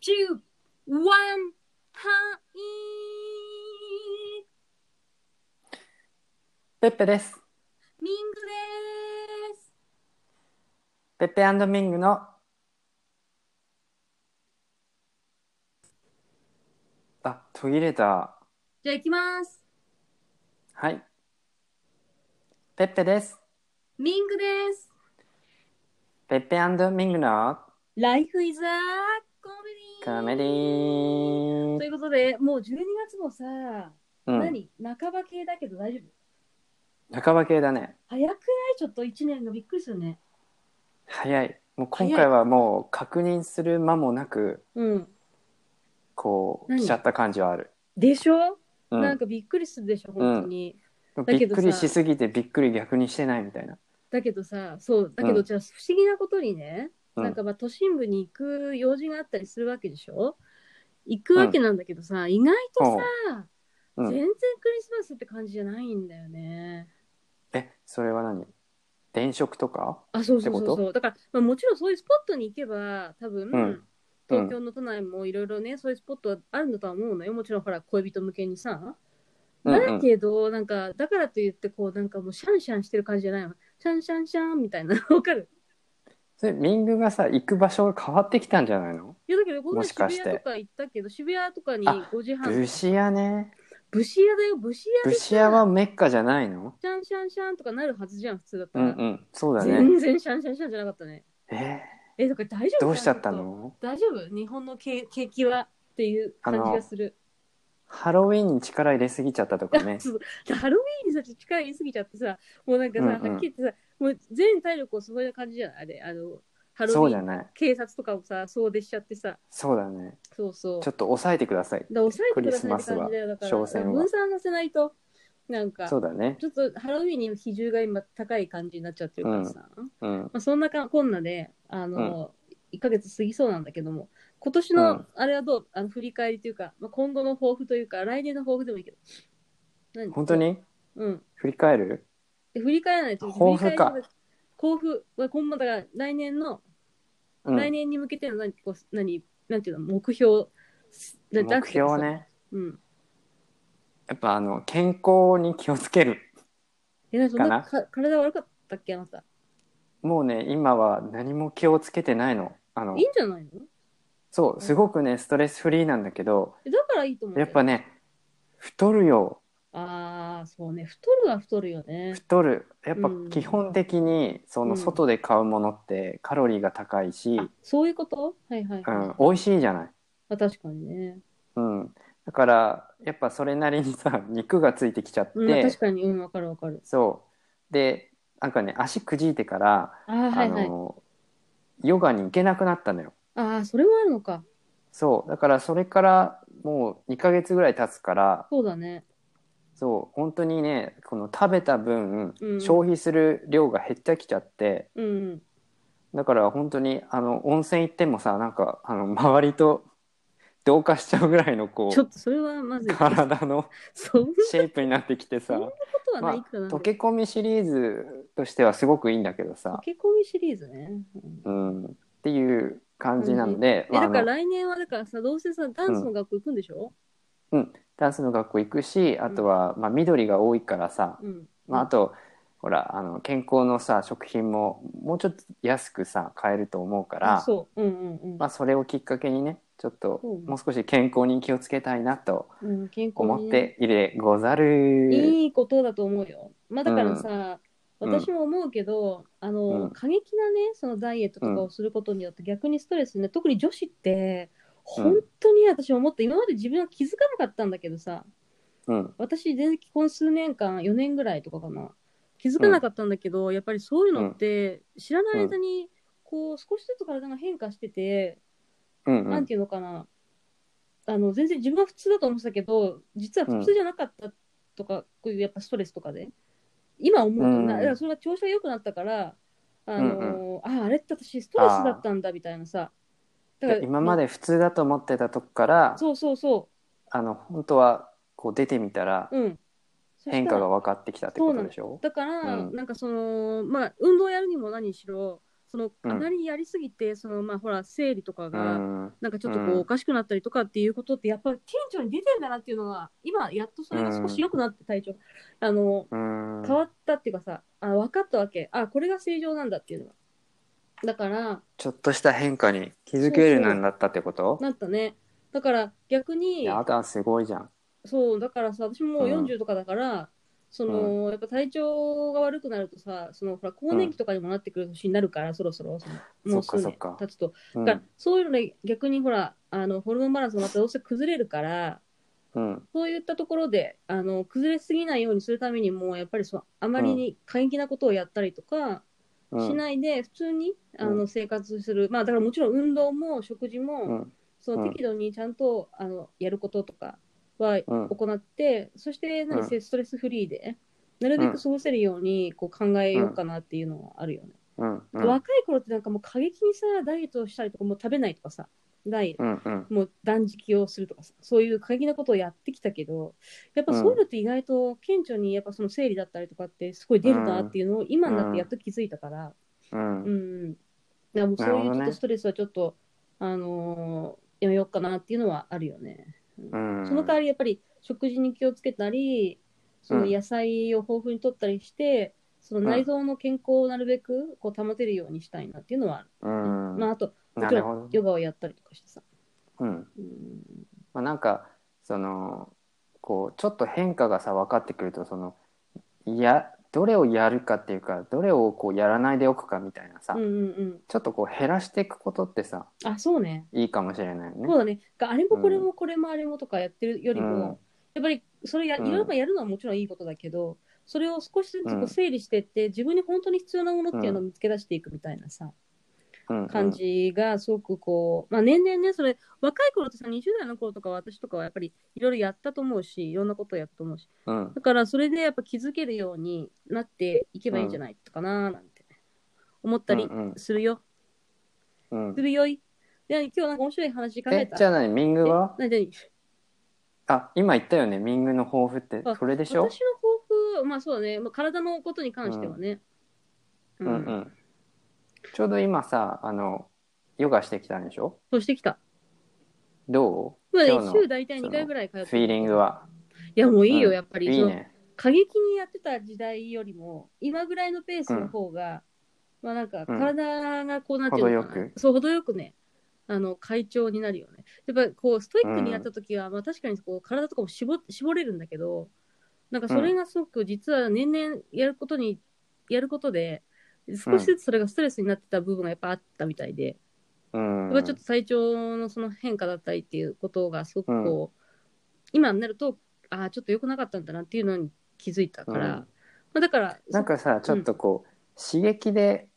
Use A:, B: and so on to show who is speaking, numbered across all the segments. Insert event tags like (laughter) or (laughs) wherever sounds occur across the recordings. A: two, one, はい。
B: ペッペです。
A: ミングです。
B: ペッペミングの。あ、途切れた。
A: じゃあ行きます。
B: はい。ペッペです。
A: ミングです。
B: ペッペミングの
A: Life is a comedy.
B: コメディ
A: ということで、もう12月もさ、
B: うん。
A: 何半ば系だけど大丈夫
B: 半ば系だね。
A: 早くないちょっと1年がびっくりするね。
B: 早い。もう今回はもう確認する間もなく、
A: うん。
B: こう、
A: 何
B: 来ちゃった感じはある。
A: でしょ、
B: う
A: なん
B: ん。
A: かびっくりするでしょ、本当に。だ
B: び
A: け
B: っ
A: ど
B: く
A: さ
B: りしすぎてびっくり逆にしてないみたいな。
A: だけどさ、そう、だけ
B: う
A: ど
B: ん
A: じゃあ不思議なことにね、
B: う
A: なん
B: ん。
A: かまあ都心部に行く用事があったりするわけでしょ行くわけなんだけどさ、意外とさ、
B: う
A: 全然ク
B: ん、
A: リスマスって感じじゃないんだよね。
B: え、それは何電飾とか
A: あ、そうそう
B: って
A: そう
B: こ
A: そう。だから、まあ、もちろんそういうスポットに行けば、多分、
B: うん
A: 東京の都内もいろいろね、そういうスポットはあるんだとは思うのよ。もちろんほら、恋人向けにさ。
B: うんうん
A: だけど、なんか、だからといって、こう、なんかもうシャンシャンしてる感じじゃないの。シャンシャンシャンみたいな。 (laughs) わかる
B: それミングがさ行く場所が変わってきたんじゃないの
A: いや、だけど、この
B: も
A: 前
B: しかして
A: 渋谷とか行ったけど、渋谷とかに
B: あ
A: 5時半
B: 武。士屋ね
A: ブシ屋だよ、ブシ屋
B: 武
A: でさ
B: 士屋はメッカじゃないの
A: シャンシャンシャンとかなるはずじゃん、普通だった
B: う
A: ら。
B: んうんそうだね
A: 全然シャンシャンシャンじゃなかったね。
B: え
A: え、だから大丈
B: ー
A: 夫
B: どうしちゃったの
A: 大丈夫日本の景景気はっていう感じがする。
B: ハロウィンに力入れすぎちゃったとかね
A: そう (laughs) ハロウィーンにさ、ちょっと力入れすぎちゃってさ、もうなんかさ、
B: うんうん
A: はっきり言ってさ、もう全体力をそいな感じじゃないあれ、あの、ハロ
B: そう
A: ウ
B: じ
A: ィー
B: ゃ
A: ン、
B: ない
A: 警察とかをさ、総出しちゃってさ、
B: そうだね
A: そうそう。
B: ちょっと抑えてください
A: だから抑えてくださいっ
B: クリ
A: て
B: スマス
A: 感
B: は
A: じだよ。だから、
B: 商戦は
A: 分散させないと、なんか、
B: そうだね
A: ちょっとハロウィーンに比重が今高い感じになっちゃってるからさ。
B: うん
A: まあ、そんなかこんなで、あの、1ヶ月過ぎそうなんだけども、今年の、
B: うん
A: あれはどうあの振り返りというか、まあ、今後の抱負というか、来年の抱負でもいいけど。何
B: 本当に
A: うん。
B: 振り返る
A: で振り返らないと、
B: 抱負
A: 振
B: か
A: り返りと。抱負は今後だから来年の、
B: うん
A: 来年に向けての何こう何なんていうの目標ななん
B: 目
A: ていうの
B: 標ね
A: うん
B: やっぱあの健康に気をつける
A: えなんかそんなか
B: か
A: 体悪かったっけあなた
B: もうね今は何も気をつけてないのあの
A: いいんじゃないの
B: そうすごくねストレスフリーなんだけど
A: えだからいいと思う
B: や
A: よ
B: っぱね太るよ
A: ああそうね太るは太るよね
B: 太るやっぱ
A: うん
B: 基本的にそうの
A: ん
B: 外で買うものってカロリーが高いし、
A: あそういうことはいはい、
B: う
A: はい
B: ん美味しいじゃない、
A: まあ、確かにね。
B: うん、だからやっぱそれなりにさ (laughs) 肉がついてきちゃって、
A: うん、確かに、うん、わかるわかる。
B: そうでなんかね足くじいてから、
A: ああ、はいは
B: あ
A: い。
B: のヨガに行けなくなったのよ
A: ああ、それもあるのか。
B: そうだからそれからもう2ヶ月ぐらい経つから
A: そうだね。
B: そう本当にねこの食べた分、
A: うん
B: 消費する量が減ってきちゃって
A: うんうん。
B: だから本当にあの温泉行ってもさなんかあの周りと同化しちゃうぐらいのこ
A: ちょ
B: う
A: っとそれはまずい。
B: 体の
A: そんなこ
B: シェイプになってきてさ
A: そんなことはないかな。
B: 溶け込みシリーズとしてはすごくいいんだけど
A: 溶
B: さ、
A: け込みシリーズね。うん
B: うん、っていう感じなので、
A: え、
B: まあ
A: だ
B: あ
A: から
B: の
A: 来年は、だからさ、どうせさ、ダンスの学校行くんでしょ
B: ダンスの学校行くしあとは、まあ、緑が多いからさ、
A: うん。
B: まあ、あとほらあの健康のさ食品ももうちょっと安くさ買えると思うか
A: あ、
B: ら
A: そう。うんうんうん。
B: まあ、それをきっかけにねちょっと
A: そうね
B: もう少し健康に気をつけたいなと
A: うん、健康にね
B: 思っていれござる。
A: いいことだと思うよ。まあだからさ、
B: うん
A: 私も思うけど、あの、
B: うん
A: 過激なね、そのダイエットとかをすることによって逆にストレスね、特に女子って、
B: うん
A: 本当に私思って、今まで自分は気づかなかったんだけどさ、
B: うん、
A: 私、全然結婚数年間、4年ぐらいとかかな、気づかなかったんだけど、やっぱりそういうのって、知らない間に、こう、少しずつ体が変化してて、
B: うん、う
A: なん
B: ん、
A: ていうのかな、あの、全然自分は普通だと思ってたけど、実は普通じゃなかったとか、こういうやっぱストレスとかで、今思うと
B: うん
A: な、だからそれは調子が良くなったから、あのーあ、あれって私ストレスだったんだみたいなさ、だから
B: 今まで普通だと思ってたとこから、
A: そうそうそ
B: あの本当はこう出てみたら
A: う、うん。そしたら
B: 変化が分かってきたってことでしょ。
A: だから、
B: うん
A: なんかその、まあ、運動やるにも何しろ、その
B: うん
A: あまりにやりすぎて、そのまあほら生理とか
B: う
A: が、
B: ん
A: なんかちょっとこ
B: うん
A: うおかしくなったりとかっていうことってやっぱり顕著に出てんだなっていうのが今やっとそれが少し良くなって体調、あの
B: うん
A: 変わったっていうかさあ分かったわけあこれが正常なんだっていうのがだから
B: ちょっとした変化に気づけるようになったってこと
A: なったねだから逆に
B: やだすごいじゃん。
A: そうだからさ私もう
B: うん
A: 40とかだから、そのやっぱ体調が悪くなるとさそのほら更年期とかにもなってくる年になるから、そろそろそのもう
B: そっか
A: 数
B: そ
A: 年
B: っか
A: 経つと
B: う
A: だから
B: ん
A: そういうので逆にほらあのホルモンバランスがまたどうせ崩れるから
B: うん
A: そういったところであの崩れすぎないようにするためにもやっぱりそうあまりに過激なことをやったりとか
B: う
A: し
B: ん
A: ないで、普通にあ
B: う
A: の生活する、まあだからもちろん運動も食事も、
B: うん
A: その
B: うん
A: 適度にちゃんと、あのやることとかは
B: うん
A: 行って、そして何せストレスフリーで、なるべ
B: うん
A: く過ごせるようにこう考えようかなっていうのはあるよね。
B: うんうん
A: 若い頃ってなんかもう過激にさ、ダイエットをしたりとか、もう食べないとかさ、ダイエッ
B: うんうん
A: ト、もう断食をするとかさ、そういう過激なことをやってきたけど、やっぱそういうのって意外と顕著に、やっぱその生理だったりとかって、すごい出るなっていうのを、今になってやっと気づいたから。
B: うん
A: うん、だからもうそう
B: なる
A: い
B: ほ
A: う
B: ど
A: ち
B: ね
A: ょっとストレスはちょっと、あのーやめようかなっていうのはあるよね。
B: うん
A: その代わりやっぱり食事に気をつけたり、その
B: うん
A: 野菜を豊富にとったりして、その内臓の健康をなるべくこう保てるようにしたいなっていうのはある。
B: うん
A: まあ、あと、も
B: な
A: ち
B: る
A: ろ
B: ほ
A: ん
B: ど
A: ヨガをやったりとかしてさ。
B: うん
A: うん、
B: まあ、なんかそのこうちょっと変化がさ分かってくるとそのいやどれをやるかっていうかどれをこうやらないでおくかみたいなさ、
A: うんうんうん。
B: ちょっとこう減らしていくことってさ
A: あ、そうね。
B: いいかもしれないよね。
A: そうだね。があれもこれもこれもあれもとかやってるよりも、やっぱりそれや、
B: うん
A: いろいろやるのはもちろんいいことだけど、それを少しずつこ
B: うん
A: う整理していって、自分に本当に必要なものっていうのを見つけ出していくみたいなさ、
B: うんうん
A: 感じがすごくこう、まあ年々ね、それ、若い頃ってさ、20代の頃とかは私とかはやっぱりいろいろやったと思うし、いろんなことをやったと思うし、
B: うん
A: だからそれでやっぱ気づけるようになっていけばいいんじゃないかななんて思ったり
B: うん
A: するよ。
B: うんうん
A: するよい。で今日なんか面白い話考え
B: え
A: た。
B: じゃあ何ミングは
A: え何
B: あ今言ったよねミングの抱負って
A: あ
B: それで
A: 私
B: し
A: の
B: ょ
A: 抱負、まあそうだね、まあ、体のことに関してはね。う
B: うんんうん、ちょうど今さあのヨガしてきたんでしょ
A: そうしてきた。
B: どう
A: まあね
B: 今日の
A: 週大体2回ぐらい通って
B: フィーリング。はい
A: やもういいうよ、
B: ん
A: やっぱ
B: い
A: り。
B: い
A: その
B: ね
A: 過激にやってた時代よりも、今ぐらいのペースの方が、まあなんか体がこうなってるのかな、
B: 程よ
A: そう、程よくね、あの、快調になるよね。やっぱこう、ストイックにやった時は、まあ確かにこう体とかも絞絞れるんだけど、なんかそれがすごく実は年々やることに、やることで、少しずつそれがストレスになってた部分がやっぱあったみたいで、
B: うん
A: やっぱちょっと体調のその変化だったりっていうことがすごくこう、今になるとああちょっと良くなかったんだなっていうのに気づいたから、
B: うん
A: まあ、だから
B: なんかさちょっとこう、刺激で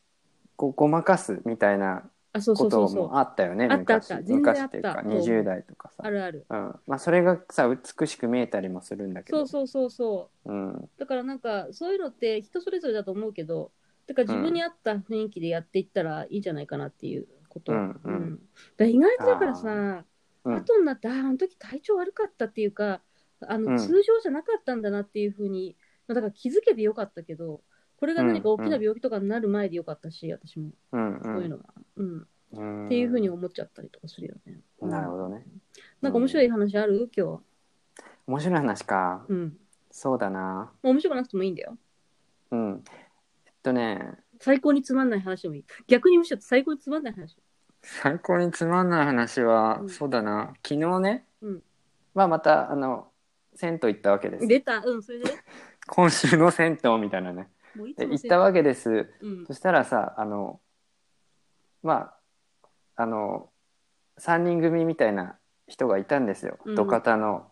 B: こうごまかすみたいな
A: あそうそ
B: こ
A: うそ
B: と
A: うそう
B: もあったよね
A: あったあった
B: 昔
A: 全然
B: 昔っていう
A: あっ
B: か
A: た
B: 20代とかさ
A: あ、るある
B: うんまあ、それがさ美しく見えたりもするんだけ
A: そ
B: ど、
A: うそうそうそう
B: ん、
A: うだからなんかそういうのって人それぞれだと思うけどだから自分に合った雰囲気でやっていったらいいんじゃないかなっていうこと、
B: うんうん
A: だから意外とだからさ
B: うん
A: 後になってあーあの時体調悪かったっていうかあの、
B: うん
A: 通常じゃなかったんだなっていうふうに、まあ、だから気づけてよかったけどこれが何か大きな病気とかになる前でよかったし、私も
B: うん
A: そうういうんのが、うん
B: うん
A: っていうふうに思っちゃったりとかするよね。
B: なるほどね
A: なんか面白い話ある今日。
B: 面白い話か、
A: うん。
B: そうだな
A: まあ面白くなくてもいいんだよ。
B: うんえっとね
A: 最高につまんない話でもいい。逆にむしろ最高につまんない話。
B: 最高につまんない話は、
A: うん
B: そうだな昨日ね、
A: うん
B: まあまたあの銭湯行ったわけで
A: (laughs)
B: す
A: 出た。うん、それで。
B: 今週の銭湯みたいなね
A: もうい
B: で
A: つ
B: 行
A: も
B: っ
A: せ
B: たわけです
A: うん
B: そ。したらさあのまああの3人組みたいな人がいたんですよ、
A: うん
B: 土方の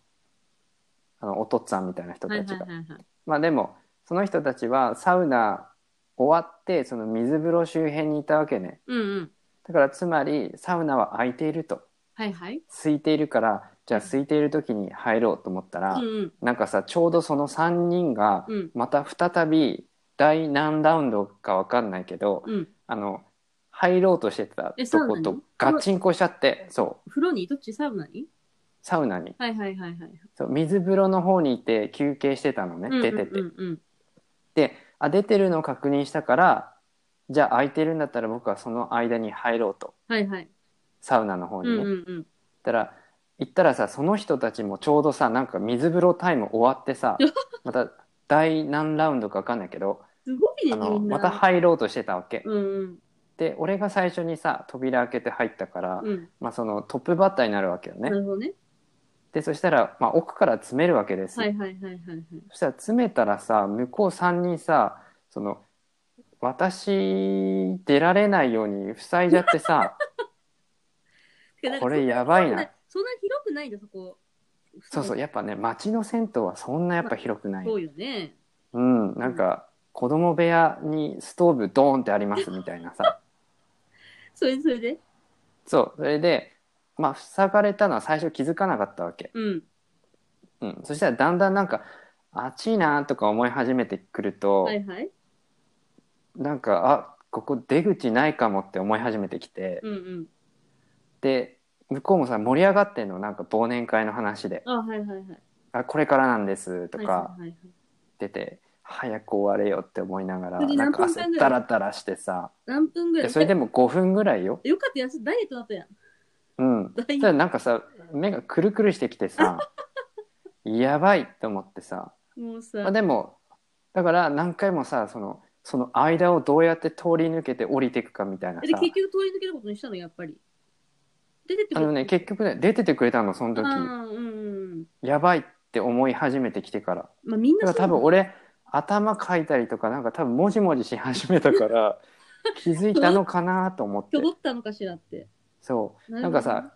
B: あのお父さんみたいな人
A: はい
B: た
A: は
B: ち
A: い
B: が、
A: はいはい。
B: まあでもその人たちはサウナ終わってその水風呂周辺にいたわけね
A: うんうん。
B: だからつまりサウナは空いていると
A: はいはい。
B: 空いているからじゃあ空いている時に入ろうと思ったら、
A: うんうん。
B: なんかさちょうどその3人が
A: うん
B: また再び第何ラウンドか分かんないけど、
A: うん。
B: あの入ろうとしてた
A: え
B: と
A: サウ
B: こ
A: ナに
B: とガチンコしちゃってそう
A: 風呂にどっちサウナに
B: サウナに
A: はいはいはいはい。
B: そう水風呂の方にいて休憩してたのね、
A: うんうん
B: 出てて
A: うんうん。
B: であ出てるのを確認したからじゃあ空いてるんだったら僕はその間に入ろうと
A: はいはい。
B: サウナの方
A: う
B: にね、
A: んうんうん。
B: たら行ったらさその人たちもちょうどさなんか水風呂タイム終わって
A: (laughs)
B: さまた第何ラウンドか分かんないけど
A: すごい
B: あ
A: ね、み
B: の
A: んな。
B: また入ろうとしてたわけ、
A: うんうん
B: で俺が最初にさ扉開けて入ったから、
A: うん。
B: まあ、そのトップバッターになるわけよね、
A: なるほどね。
B: でそしたら、まあ、奥から詰めるわけです、
A: はいはいはいはいはい。
B: そしたら詰めたらさ向こう3人さその私出られないように塞いじゃって
A: (laughs)
B: さ
A: てかなんか
B: これやばい
A: そん
B: な
A: そんな広くないんだ、そこ。
B: そうそう
A: や
B: やっぱね町の銭湯はそんなやっぱ広くない、
A: そうよね。
B: うん、なんか子供部屋にストーブドーンってありますみたい
A: (laughs)
B: なさ
A: それでそれで。
B: そうそれでまあ塞がれたのは最初気づかなかったわけ、
A: うん。
B: うん、そしたらだんだんなんか暑いなとか思い始めてくると、
A: はいはい。
B: なんかあここ出口ないかもって思い始めてきて、
A: うんうん。
B: で向こうもさ盛り上がってんのなんか忘年会の話で
A: あ、はいはいはい。
B: 「あこれからなんです」とか
A: はいはいはいはい。
B: 出て、早く終われよって思いながら
A: それで
B: な
A: 何
B: んか
A: 分間
B: 汗
A: ぐら
B: だ
A: い
B: らだらしてさ
A: 何分ぐら
B: で
A: い
B: それでも5分ぐらいよ。
A: よかったやつ、ダイエットだったやん。
B: うん
A: ダイエ
B: そ
A: ッ
B: したら
A: ト。
B: なんかさ目がくるくるしてきて
A: (laughs)
B: さやばいと思ってさ、
A: もうさ、
B: まあ、でもだから何回もさそのその間をどうやって通り抜けて降りていくかみたいな
A: えで
B: さ
A: 結局通り抜けることにしたの、やっぱり。出てって
B: あ
A: くれ
B: のね結局ね出ててくれたのその
A: あ
B: 時
A: ーうんうん。
B: やばいって思い始めてきてから
A: まあみん
B: だ
A: な
B: か
A: そ
B: ら
A: う
B: 多分俺頭書いたりとかなんか多分もじもじし始めたから
A: (laughs)
B: 気づいたのかなと思っ
A: き
B: て
A: ょどったのかしらって。
B: そう
A: なるほど
B: なんかさ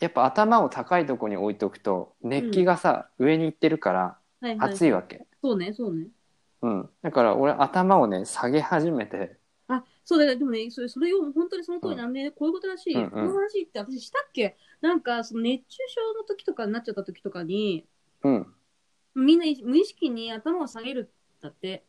B: やっぱ頭を高いとこに置いとくと熱気がさ、上に行ってるから
A: はいはい。
B: 熱いわけ、
A: そうね、そうね。
B: うん、だから俺頭をね下げ始めて
A: あ、そうだから、でもね、それ、それを本当にその通りなんで、こういうことらしい。
B: うんうん
A: この話って私したっけなんか、その熱中症の時とかになっちゃった時とかに、
B: うん
A: みんな無意識に頭を下げるんだって。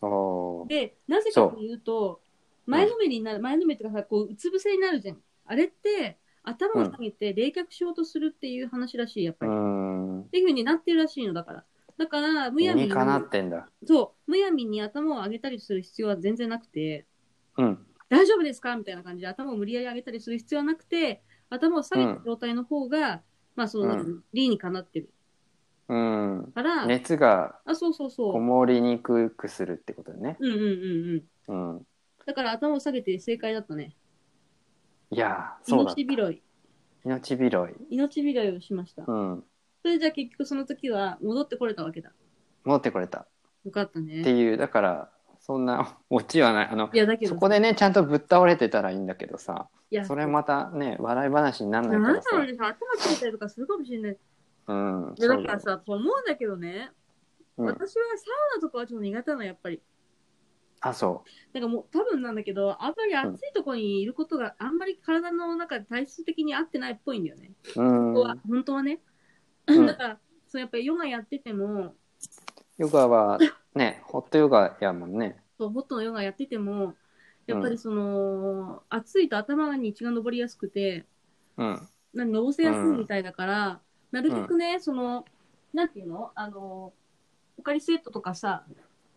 B: おー
A: で、なぜかというと、
B: う
A: 前のめりになる、前のめりとかさ、こう、うつ伏せになるじゃん。あれって、頭を下げて冷却しようとするっていう話らしい、やっぱ
B: う
A: り。っ
B: ん
A: ていうふうになってるらしいのだから。だから、む
B: 理
A: やみ
B: に
A: に、
B: かなってんだ
A: そう、むやみに頭を上げたりする必要は全然なくて、
B: うん
A: 大丈夫ですかみたいな感じで頭を無理やり上げたりする必要はなくて、頭を下げた状態の方が、まあ、その、
B: うん
A: 理にかなってる
B: うん
A: から、
B: 熱が
A: あ、そうそうそ
B: こ
A: う。
B: もりにくくするってことだね
A: うんうんうんうん。
B: うん
A: だから頭を下げて正解だったね。
B: いやーそうだ
A: 命拾い。
B: 命拾い
A: 命拾いをしました。
B: うん
A: それじゃあ結局その時は戻ってこれたわけだ。
B: 戻ってこれた
A: よかった
B: って
A: ね。
B: いうだからそんな (laughs) オチはないあの
A: いや、だけど、
B: そこでねちゃんとぶっ倒れてたらいいんだけどさ
A: いや、
B: それまたね笑い話になら
A: な
B: なんい
A: だ
B: か
A: ろ
B: らさ
A: うね、頭ついたりとかするかもしれない。
B: うん
A: いや
B: そ
A: だ
B: う
A: か
B: だ
A: ら
B: よ
A: さ、と思うんだけどね、
B: うん
A: 私はサウナとかはちょっと苦手なの、やっぱり。
B: あそ
A: なんかもう多分なんだけど、あんまり暑いところにいることが、あんまり体の中で体質的に合ってないっぽいんだよね。
B: ううん
A: ここは本当はね。
B: うん
A: だから、そうやっぱりヨガやってても、
B: ヨガはねホットヨガやもんね
A: そうホットのヨガやってても、やっぱりその、暑いと頭に血が上りやすくて、
B: うん
A: なのぼせやすいみたいだから、なるべくね、その、なんていうのあの、ポカリスエットとかさ、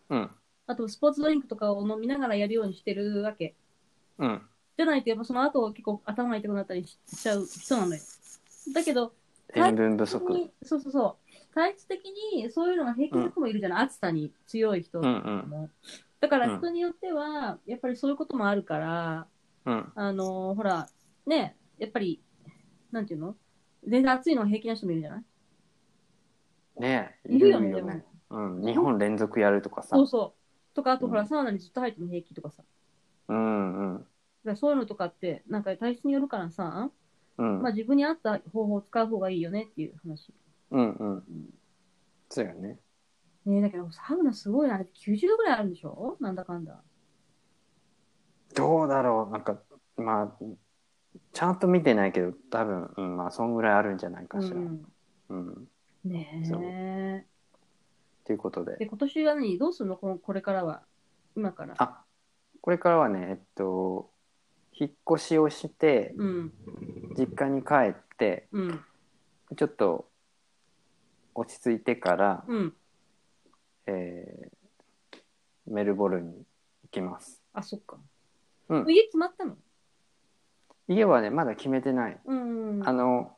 B: うん
A: あとスポーツドリンクとかを飲みながらやるようにしてるわけ。
B: うん
A: じゃないと、やっぱその後結構頭痛くなったりしちゃう人なのよ。だけど、
B: 塩分不足、
A: にそうそうそう、体質的にそういうのが平均の人もいるじゃない、暑さに強い人
B: うんう
A: も。
B: ん
A: だから
B: うん
A: 人によっては、やっぱりそういうこともあるから、
B: うん
A: あのほら、ね、やっぱり、なんていうの全然暑いのが平気な人もいるじゃない
B: ね
A: いるよね、でも。
B: うん、2本連続やるとかさ
A: そうそう。とか、あとほ
B: う
A: ら、
B: ん
A: サウナにずっと入っても平気とかさ。だか
B: うんうん
A: らそういうのとかって、なんか体質によるからさ、
B: うん、
A: まあ自分に合った方法を使う方がいいよねっていう話。
B: うんうんそうよね
A: ねえだけどサウナすごいな、あれ90度ぐらいあるんでしょなんだかんだ。
B: どうだろうなんかまあちゃんと見てないけど多分、うん、まあそんぐらいあるんじゃないか
A: う
B: しら。うん
A: ん。
B: そう
A: ね
B: ということ
A: え。で、
B: で
A: 今年は何どうするのこのこれからは。今から。
B: あこれからはねえっと引っ越しをして
A: うん。
B: 実家に帰って
A: うん。
B: ちょっと落ち着いてから、
A: うん。
B: えーメルボルンに行きます。
A: あ、そっか。
B: うん
A: 家決まったの
B: 家はねまだ決めてない
A: うんうん。
B: あの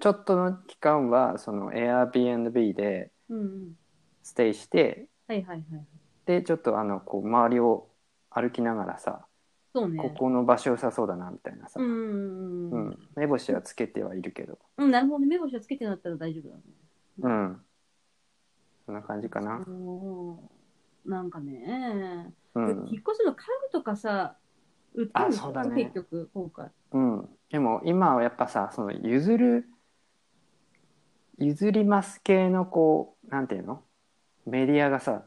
B: ちょっとの期間はその Airbnb で
A: うんうん。
B: ステイして
A: はいはいはい。
B: でちょっとあのこう周りを歩きながらさ、
A: そうね。
B: ここの場所良さそうだなみたいなさ、
A: うんうん
B: う
A: うん
B: ん、目星はつけてはいるけど
A: うん。なるほどね。目星をつけてなったら大丈夫だね。
B: うんそんな感じかな、
A: そうなんかね、
B: うん
A: 引っ越しの家具とかさ、売ったんでしょ
B: あそうだね
A: 結局、今回。
B: うん、でも今はやっぱさその譲る譲ります系のこうなんていうのメディアがさ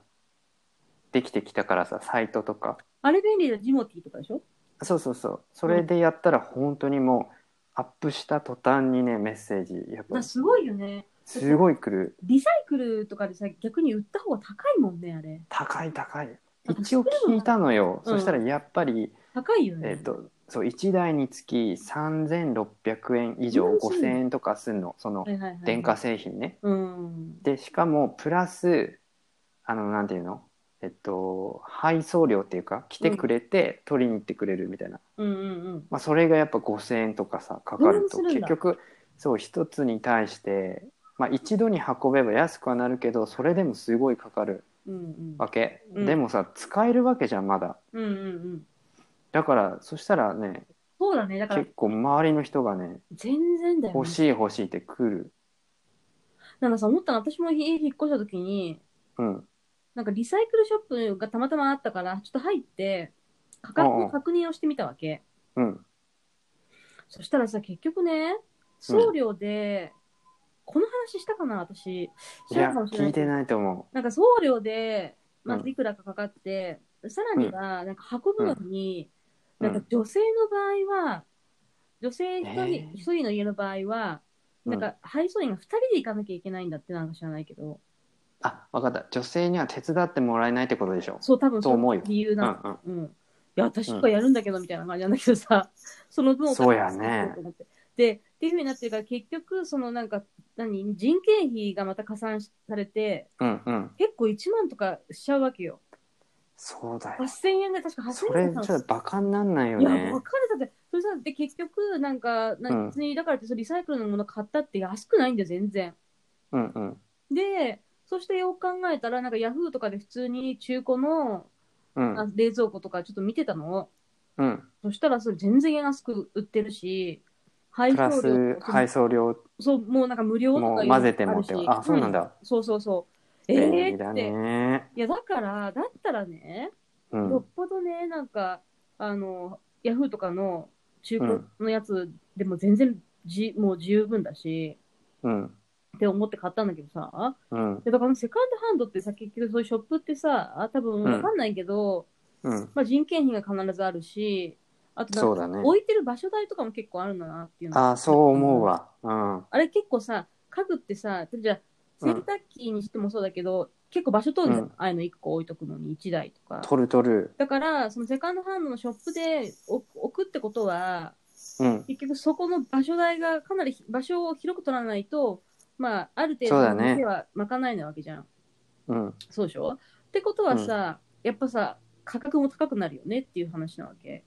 B: できてきたからさサイトとか
A: あれ便利なジモティーとかでしょ
B: そうそうそうそれでやったら本当にもうアップした途端にねメッセージやっぱ
A: だすごいよね。
B: すごい来る
A: リサイクルとかでさ、逆に売った方が高いもんね、あれ。
B: 高い高い
A: なんか
B: 一応聞いたのよ、
A: うん
B: そしたらやっぱり、
A: 高いよね。
B: えっとそう1台につき3600円以上
A: うんそう
B: 5000円とかすんのその
A: はいはいはい、
B: 電化製品ね、
A: うん。
B: でしかもプラスあのなんていうのえっと配送料っていうか来てくれて取りに行ってくれるみたいな、
A: うんうんうん。
B: まあ、それがやっぱ5,000円とかさかかると
A: そんなにするん
B: 結
A: だ
B: 局そう一つに対して、まあ、一度に運べば安くはなるけどそれでもすごいかかる
A: うんうん。
B: わけ、
A: うん
B: でもさ使えるわけじゃんまだ
A: うんうんうん。
B: だからそしたらね
A: そうだね。だから
B: 結、構周りの人がね
A: 全然だよ、ね。
B: 欲しい欲しいって来る
A: なんかさ、思ったの私も家引っ越した時に、
B: うん
A: なんかリサイクルショップがたまたまあったから、ちょっと入って、価格の確認をしてみたわけ。
B: うん
A: そしたらさ、結局ね、送料で、この話したかな、私。
B: い
A: 知ら
B: や
A: んかもしれ
B: 聞
A: ないいけ
B: て
A: ど。
B: ないと思
A: なんか送料で、ま
B: う
A: あ、
B: ん
A: いくらかかかって、さらには、なんか運ぶのに、
B: う、う
A: なん
B: ん
A: か女性の場合は、女性一人、
B: えー
A: 一人の家の場合は、
B: うん
A: なんか配送員が二人で行かなきゃいけないんだってなんか知らないけど、
B: あ分かった女性には手伝ってもらえないってことでしょ
A: そう多分
B: そう思うよ
A: 理由
B: う
A: なんの
B: うん
A: うん。いや、私とかやるんだけど、みたいな感じなんだけどさ、 (laughs) その分お金
B: そうや
A: 出
B: ね
A: そうと思って。で、っていうふうになってるから、結局、そのなんか、何、人件費がまた加算されて、
B: うんうん
A: 結構1万とかしちゃうわけよ。
B: そうだよ
A: 8000円で確か8000円
B: それ
A: と
B: ち
A: か
B: ょっとバカになんないよ
A: いや、
B: ね
A: 分かれたって、それさ、で、結局、なんか、な
B: うん
A: 別に、だからって、そのリサイクルのもの買ったって安くないんだよ、全然。
B: うんうん
A: で、そしてよく考えたら、なんかヤフーとかで普通に中古の、
B: うん
A: あ冷蔵庫とかちょっと見てたの。
B: うん
A: そしたらそれ全然安く売ってるし、配
B: プ
A: 送
B: ラ
A: 料
B: ス
A: とか
B: 配送料
A: そう、もうなんか無料とか
B: も
A: いうの
B: 混ぜてもって
A: るし
B: あそうなん
A: う
B: だ
A: んそうそうそう。え
B: 便
A: ー
B: 利だ
A: って。
B: ね
A: いや、だから、だったらね、
B: う
A: よ
B: ん
A: っぽどね、なんか、あの、ヤフーとかの中古のやつでも全然じ、もう十分だし、
B: うん
A: って思って買ったんだけどさ、
B: うん
A: でだからセカンドハンドってさ、結局そういうショップってさ、あ多分わかんないけど、
B: うん
A: まあ人件費が必ずあるし、あとなんか
B: そうだね
A: 置いてる場所代とかも結構あるんだなっていうの
B: あそう思うわうん
A: あれ結構さ家具ってさ例えばじゃあ
B: う
A: 洗
B: ん
A: 濯機にしてもそうだけど、結構場所取るじゃん、
B: うん
A: ああいうの1個置いとくのに1台とか
B: 取る取る
A: だからそのセカンドハンドのショップで置く置くってことは
B: うん
A: 結局そこの場所代がかなり場所を広く取らないとまあある程
B: そう
A: 度
B: だね
A: の手は賄えないわけじゃん
B: うん
A: そう,、でしょってことはさ、やっぱさ価格も高くなるよねっていう話なわけ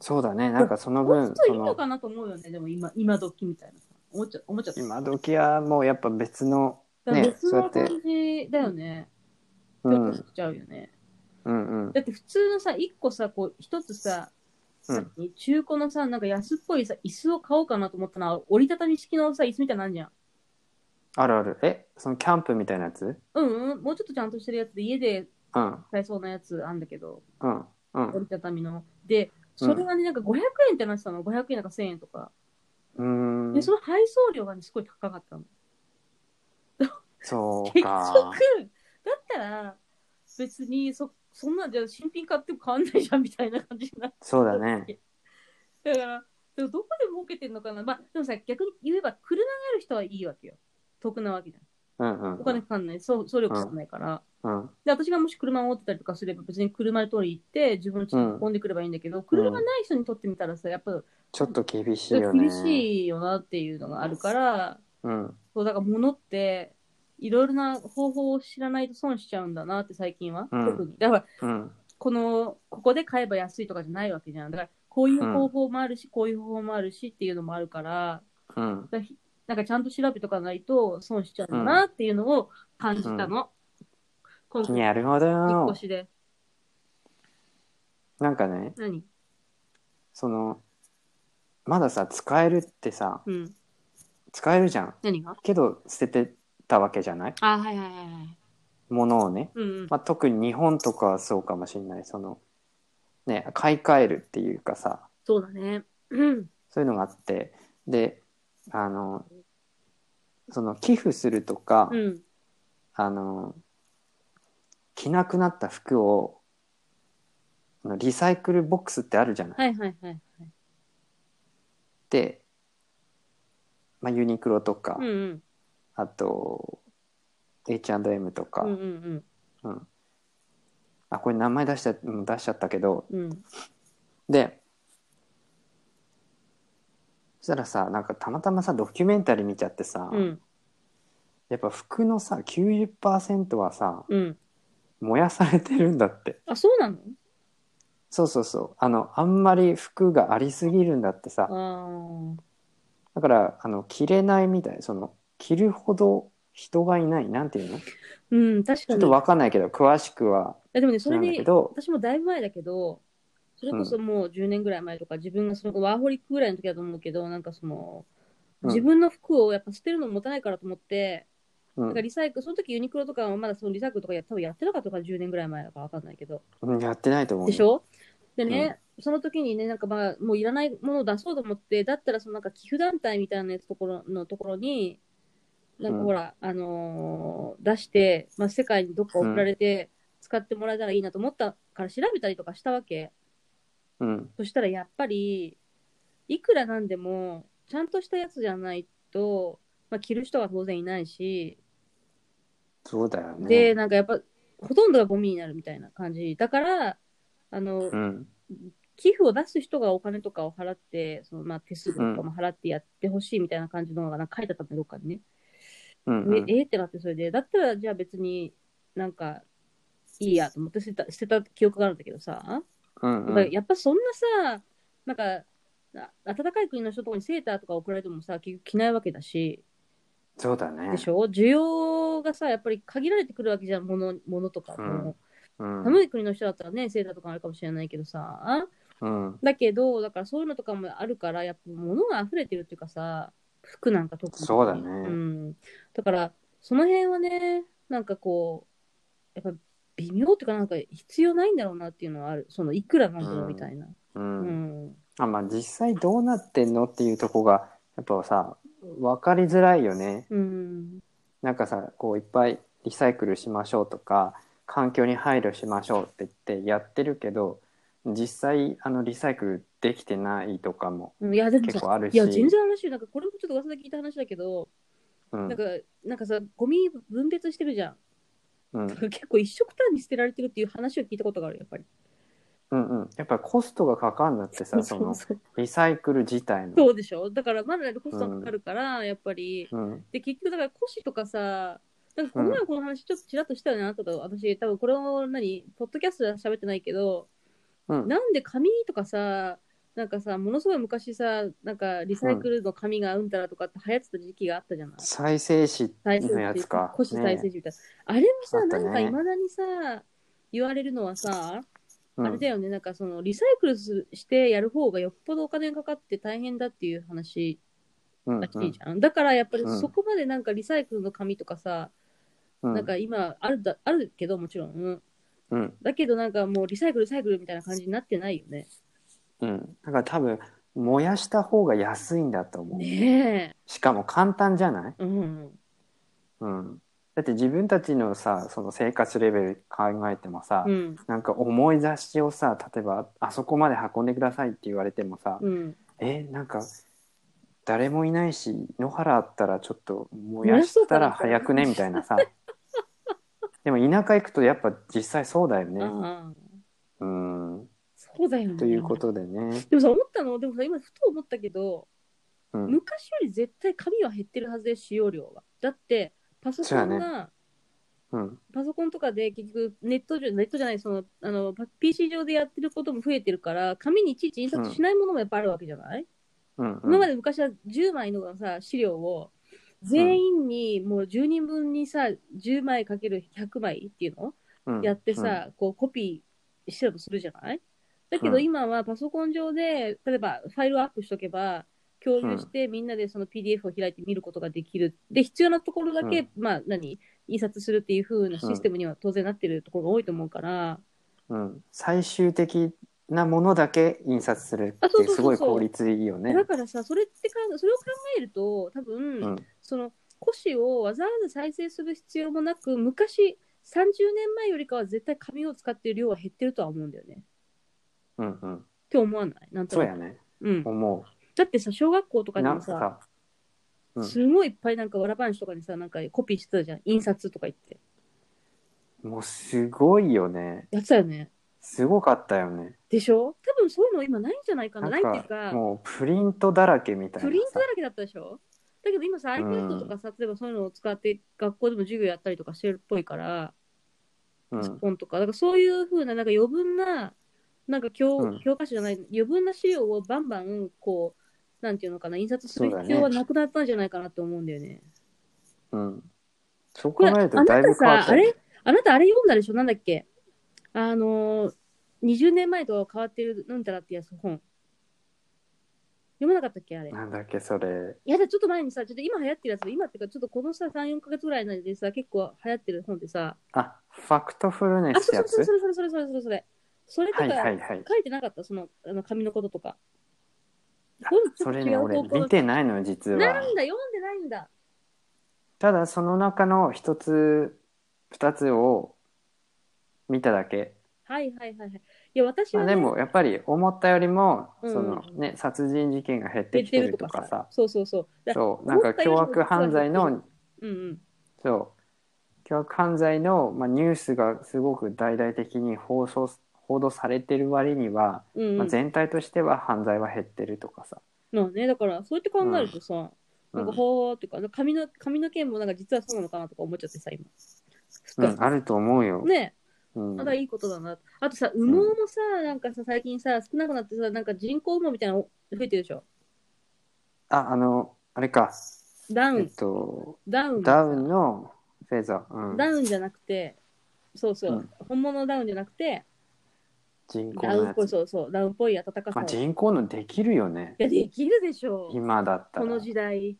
B: そうだねなんかその
A: もうちょ
B: 分
A: っとい
B: そ
A: いの
B: の
A: かなと思うよねでも今今時みたいなさ思っちゃ思っちゃった
B: 今時はもうやっぱ別の
A: だから
B: ね
A: 別
B: そう
A: の
B: やって
A: 感じだよね。
B: う
A: ちょっと
B: ん
A: しちゃうよね。
B: うんうん
A: だって普通のさ、一個さ、こう、一つさ、
B: うん
A: さっき中古のさ、なんか安っぽいさ、椅子を買おうかなと思ったのは、折りたたみ式のさ、椅子みたいなのあんじゃん。
B: あるあるえそのキャンプみたいなやつ
A: うんうん、もうちょっとちゃんとしてるやつで、家で
B: うん
A: 買えそうなやつあんだけど、
B: うんうん
A: 折りたたみの。で、それがね、なんか500円ってなってたの、500円なんか1000円とか。
B: うー
A: で、
B: ん
A: その配送料がね、すごい高かったの。
B: そう
A: 結局、
B: か。
A: だったら、別にそ、そんなんじゃ新品買っても変わんないじゃんみたいな感じになっ
B: そうだね。
A: だから、でもどこで儲けてんのかな、まあ、でもさ、逆に言えば、車がある人はいいわけよ。得なわけじゃ
B: うんうん
A: ん。お金かかんない、そう総力かかんないから。
B: うん
A: で、私がもし車を持ってたりとかすれば、別に車で通り行って、自分の家に運んでくればいいんだけど、車がない人にとってみたらさ、やっぱ、
B: ちょっと厳しいよね。
A: 厳しいよなっていうのがあるから、
B: うん
A: そう、だから物って、いろいろな方法を知らないと損しちゃうんだなって最近は、
B: うん
A: 特に。だから、
B: うん
A: この、ここで買えば安いとかじゃないわけじゃん。だから、こういう方法もあるし、こういう方法もあるしっていうのもあるから、
B: うん。
A: だひなんかちゃんと調べとかないと損しちゃうんだなっていうのを感じたの。今回、
B: なるほ
A: 引っ
B: ど
A: 越。しで。
B: なんかね、
A: 何
B: その、まださ、使えるってさ、
A: うん。
B: 使えるじゃん。
A: 何が
B: けど、捨ててたわけじゃない
A: あ、はいはいはいはい。
B: ものをね。
A: うん、うん。
B: まあ、特に日本とかはそうかもしれない。その、ね、買い替えるっていうかさ、
A: そうだね。うん。
B: そういうのがあって、で、あの、その寄付するとか、
A: うん。
B: あの、着なくなった服を、あのリサイクルボックスってあるじゃない、
A: はいはいはいはい。
B: で、まあ、ユニクロとか、
A: うんうん。
B: あと、H&M とか、
A: うんうん
B: うんあ、これ名前出しちゃうん出しちゃったけど、
A: うん。うん。
B: で、そしたらさ、なんかたまたまさ、ドキュメンタリー見ちゃってさ、
A: うん。
B: やっぱ服のさ、90%はさ、
A: うん。
B: 燃やされてるんだって。
A: あ、そうなの
B: そうそうそう。あの、あんまり服がありすぎるんだってさ、
A: ああ。
B: だから、あの、着れないみたい。その、着るほど人がいない。なんていうのち
A: うん、確か
B: ょっ
A: に。
B: とわかんないけど、詳しくは、
A: えでもね、そ
B: な
A: れ
B: んだけ
A: で、
B: ど、
A: 私もだいぶ前だけど、それこそもう10年ぐらい前とか、自分がそのワーホリックぐらいの時だと思うけど、なんかその、
B: うん
A: 自分の服をやっぱ捨てるのもったいないからと思って、
B: う
A: なんかリサイクル、その時ユニクロとかはまだそのリサイクルとかや多分やってなかったから10年ぐらい前だからわかんないけど。
B: ん、やってないと思う。
A: でしょでね、その時にね、なんかまあ、もういらないものを出そうと思って、だったらそのなんか寄付団体みたいなやつところのところに、なんかほら、あのー出して、まあ、世界にどっか送られて、使ってもらえたらいいなと思ったから調べたりとかしたわけ。
B: うん。
A: そしたらやっぱり、いくらなんでも、ちゃんとしたやつじゃないと、まあ、着る人は当然いないし、
B: そうだよね。
A: で、なんかやっぱ、ほとんどがゴミになるみたいな感じ。だから、あの、
B: うん。
A: 寄付を出す人がお金とかを払って、そのまあ手数料とかも払ってやってほしいみたいな感じのがなんか書いてあったんだどっかにね。
B: うん、う
A: で
B: ん。
A: えーってなって、それで、だったらじゃあ別になんかいいやと思って捨てた捨てた記憶があるんだけどさ、
B: うん
A: やっ
B: う
A: ぱ
B: ん。
A: やっぱそんなさ、なんか、あ暖かい国の人とかにセーターとか送られてもさ、結局着ないわけだし、
B: そうだね。
A: でしょ需要がさ、やっぱり限られてくるわけじゃん、物物とかも。
B: うん。
A: 寒い国の人だったらね、セーターとかあるかもしれないけどさ、
B: うん。
A: だけど、だからそういうのとかもあるから、やっぱ物が溢れてるっていうかさ、服なんか特に。
B: そうだね
A: うん。だから、その辺はね、なんかこう、やっぱ微妙っていうか、なんか必要ないんだろうなっていうのはある。その、いくらなんだろうみたいな。う
B: う。
A: んん。
B: あ、まあ実際どうなってんのっていうとこが、やっぱさ、わかりづらいよね。
A: うん。
B: なんかさ、こういっぱいリサイクルしましょうとか、環境に配慮しましょうって言ってやってるけど、実際あのリサイクルできてないとかも
A: うんいや、でも
B: 結
A: さ、
B: 構あるし。
A: いや、全然あるしい。なんかこれもちょっと噂で聞いた話だけど、
B: うん
A: なんか、なんかさ、ゴミ分別してるじゃん。 (laughs)
B: うん
A: 結構一色単に捨てられてるっていう話を聞いたことがある、やっぱり。
B: うんうん。やっぱりコストがかかるんだってさ、そ
A: (laughs)
B: の
A: そう
B: リサイクル自体の。
A: そうでしょだから、まだコストがかかるから、やっぱり、
B: うん。
A: で、結局、だから、腰とかさ、なんか、この前もこの話、ちょっとちらっとしたよね、あなたと。私、多分これを何、ポッドキャストでは喋ってないけど、
B: うん。
A: なんで紙とかさ、なんかさ、ものすごい昔さ、なんか、リサイクルの紙がうんたらとかって流行ってた時期があったじゃない。
B: 再生紙
A: 再生
B: のやつか。
A: 腰再生
B: ね
A: 紙みたいな。あれも
B: あ
A: さ、
B: った
A: な
B: ね
A: んか、いまだにさ、言われるのはさ、
B: うん
A: あれだよね、なんか、その、リサイクルするしてやる方がよっぽどお金がかかって大変だっていう話
B: うん
A: らしいじゃん。だから、やっぱり
B: うん
A: そこまでなんか、リサイクルの紙とかさ、
B: うん
A: なんか今あるだ、あるけどもちろん、うん
B: うん。
A: だけどなんかもうリサイクル、リサイクルみたいな感じになってないよね。
B: うん。だから多分、燃やした方が安いんだと思う。
A: ね
B: しかも簡単じゃない
A: え。うん。
B: うん。だって自分たちのさ、その生活レベル考えてもさ、
A: うん。
B: なんか重い雑誌をさ、例えばあそこまで運んでくださいって言われてもさ、
A: うん。
B: え、なんか誰もいないし、野原あったらちょっと燃やしたら早くねみたいな (laughs) さ。でも田舎行くとやっぱ実際そうだよね。
A: ああ。
B: うん。
A: そうだよね。
B: ということでね。
A: でもさ、思ったの、でもさ、今ふと思ったけど、
B: うん。
A: 昔より絶対紙は減ってるはずで、使用量は。だって、パソコン
B: そう
A: が
B: うん
A: パソコンとかで結局ネット上、ネットじゃない、その、あの、パ PC 上でやってることも増えてるから、紙にいちいち印刷しないものもやっぱあるわけじゃない、
B: うん
A: 今まで昔は10枚のさ、資料を、全員にもう10人分にさ、10枚かける100枚っていうの
B: うん
A: やってさ、こうコピーしてたとするじゃないだけど
B: うん
A: 今はパソコン上で、例えばファイルをアップしとけば、共有してみんなでその PDF を開いて見ることができる。で、必要なところだけ、
B: うん
A: まあ何、印刷するっていう風なシステムには当然なってるところが多いと思うから、
B: うんうん、最終的なものだけ印刷する
A: あそ
B: っ
A: う
B: て
A: そうそうそう
B: すごい効率いいよね
A: だからさ、それってかそれを考えると、多分、
B: うん
A: その古紙をわざわざ再生する必要もなく、昔、30年前よりかは絶対紙を使ってる量は減ってるとは思うんだよね。っ
B: うんうん
A: て思わないなんと
B: そう
A: なく。
B: やね
A: うん。
B: 思
A: だってさ、小学校とか
B: う
A: で
B: な
A: も
B: んか
A: さ、
B: さうん
A: すごいいっぱいなんかわらばんしとかにさ、なんかコピーしてたじゃん。印刷とか言って。
B: もうすごいよね
A: やってたよね。
B: すごかったよね
A: でしょ多分そういうの今ないんじゃないか
B: な
A: な。
B: ん
A: ないっていう
B: か
A: か、
B: もうプリントだらけみたいな
A: プリント
B: さ
A: だらけだったでしょだけど今さ、
B: うん
A: iPad とかさ、例えばそういうのを使って学校でも授業やったりとかしてるっぽいから、パソコンとか、だからそういうふうな、なんか余分な、なんか教,、
B: うん
A: 教科書じゃない、余分な資料をバンバン、こう、なんていうのかな、印刷する
B: そうだ
A: 必
B: ね
A: 要はなくなったんじゃないかなって思うんだよね。
B: うん、うん、そう
A: こ
B: 考
A: れ、あな
B: えるとだい
A: た
B: ぶ変わっ
A: さ、
B: た
A: あ
B: よね
A: れあなたあれ読んだでしょなんだっけあのー、20年前と変わってるなんたらってやつ本。読まなかったっけあれ。
B: なんだっけそれ
A: いやだ、ちょっと前にさ、ちょっと今流行ってるやつ、今っていうか、ちょっとこのさ、3、4ヶ月ぐらいなんでさ、結構流行ってる本でさ、
B: あファクトフルネ
A: あ、
B: スって
A: そ
B: や
A: うそう
B: つ
A: それそれそれそれそれそれそれ。そ
B: は
A: れ
B: い
A: と
B: は
A: か
B: いはい
A: 書いてなかった、そのあの紙のこととか。
B: あ
A: そういうのちょっと
B: それ
A: 違
B: ね
A: う
B: 俺
A: 方向
B: 見てないのよ実
A: な
B: は
A: んだ、読んでないんだ。
B: ただその中の一つ二つを見ただけ
A: はいはいはいはい。いや、私
B: ま
A: は、
B: あ
A: ね、
B: でもやっぱり思ったよりも、
A: うん
B: そのね殺人事件が減って
A: 減っ
B: き
A: て
B: て
A: る
B: る
A: と
B: と
A: か
B: か
A: さ
B: さ、
A: そうそうそう。だ
B: そうなんか凶悪犯罪の
A: うんうん。
B: そう凶悪犯罪の、まあ、ニュースがすごく大々的に放送報道されてる割には、
A: うんうん
B: まあ、全体としては犯罪は減ってるとかさ、
A: まあね、だから、そうやって考えるとさ、
B: うん
A: なんか、ほーっていうか、髪の、髪の件もなんか実はそうなのかなとか思っちゃってさ、今。
B: うんあると思うよ、
A: ね
B: うん
A: まだいいことだな。あとさ、羽毛もさ、なんかさ、最近さ、少なくなってさ、なんか人工羽毛みたいなの増えてるでしょ。
B: ああのあれか、
A: ダウ
B: えっ
A: ン、
B: と
A: ダウン。
B: ダウンのフェザー、うん、
A: ダウンじゃなくて、そうそう、
B: うん
A: 本物のダウンじゃなくて、
B: 人工
A: ダウ
B: の
A: ンっ
B: や
A: ぽい、
B: つ、
A: そうそう、ダウンっぽい暖かさ
B: まあ、
A: を。い
B: 人工のできるよね
A: や、できるでしょう。
B: 今だった
A: こ
B: ら
A: の時代。
B: うん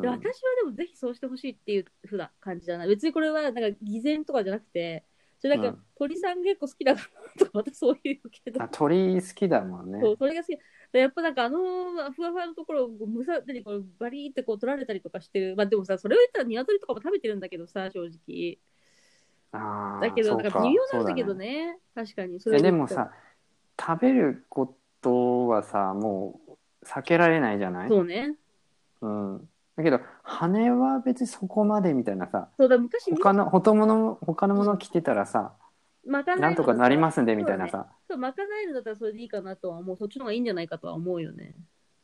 A: で私はでもぜひそうしてほしいっていうふうな感じだな。別にこれはなんか偽善とかじゃなくて、それなんか、
B: うん
A: 鳥さん結構好きだからとか、またそういうけど
B: あ、鳥好きだもんね
A: そう鳥が好き。でやっぱなんかあのふわふわのところをこうむさ何こうバリーってこう取られたりとかしてる。まあでもさ、それを言ったら鶏とかも食べてるんだけどさ、正直。
B: あー
A: だけど、なん
B: そ
A: か
B: う
A: 微妙なん
B: そう
A: だけど
B: ね
A: ね。確かに。そ
B: え
A: を
B: で
A: 言
B: も
A: ったら
B: さ食べることはさもう避けられないじゃない
A: そうね。
B: うん、だけど羽は別にそこまでみたいなさ
A: そうだ、昔ね、
B: 他の他のもの他のもの着てたらさ
A: まかない
B: なんとかなりますんでみたいなさ
A: そうまかないのだったらそれでいいかなとは思う。そっちの方がいいんじゃないかとは思うよね。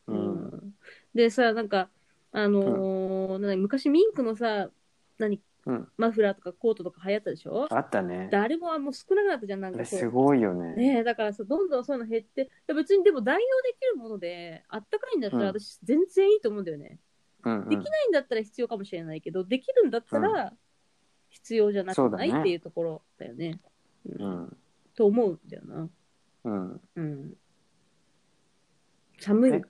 B: う
A: うんんでさ、なんか、あのーなんか昔ミンクのさ、何、
B: うん
A: マフラーとかコートとか流行ったでしょ
B: あったね
A: 誰もはもう少なくなったじゃん、なん
B: あ
A: か
B: れ
A: こ
B: す
A: う。
B: ごいよね
A: ねえ、だからさ、どんどんそういうの減って、いや別にでも代用できるもので、あったかいんだったら
B: うん
A: 私全然いいと思うんだよね。
B: うんう
A: で
B: ん
A: きないんだったら必要かもしれないけど、できるんだったら必要じゃなくない、
B: そうだね
A: っていうところだよね。
B: う
A: うん
B: ん
A: と思うんだよな。
B: うん
A: うん。寒い
B: え。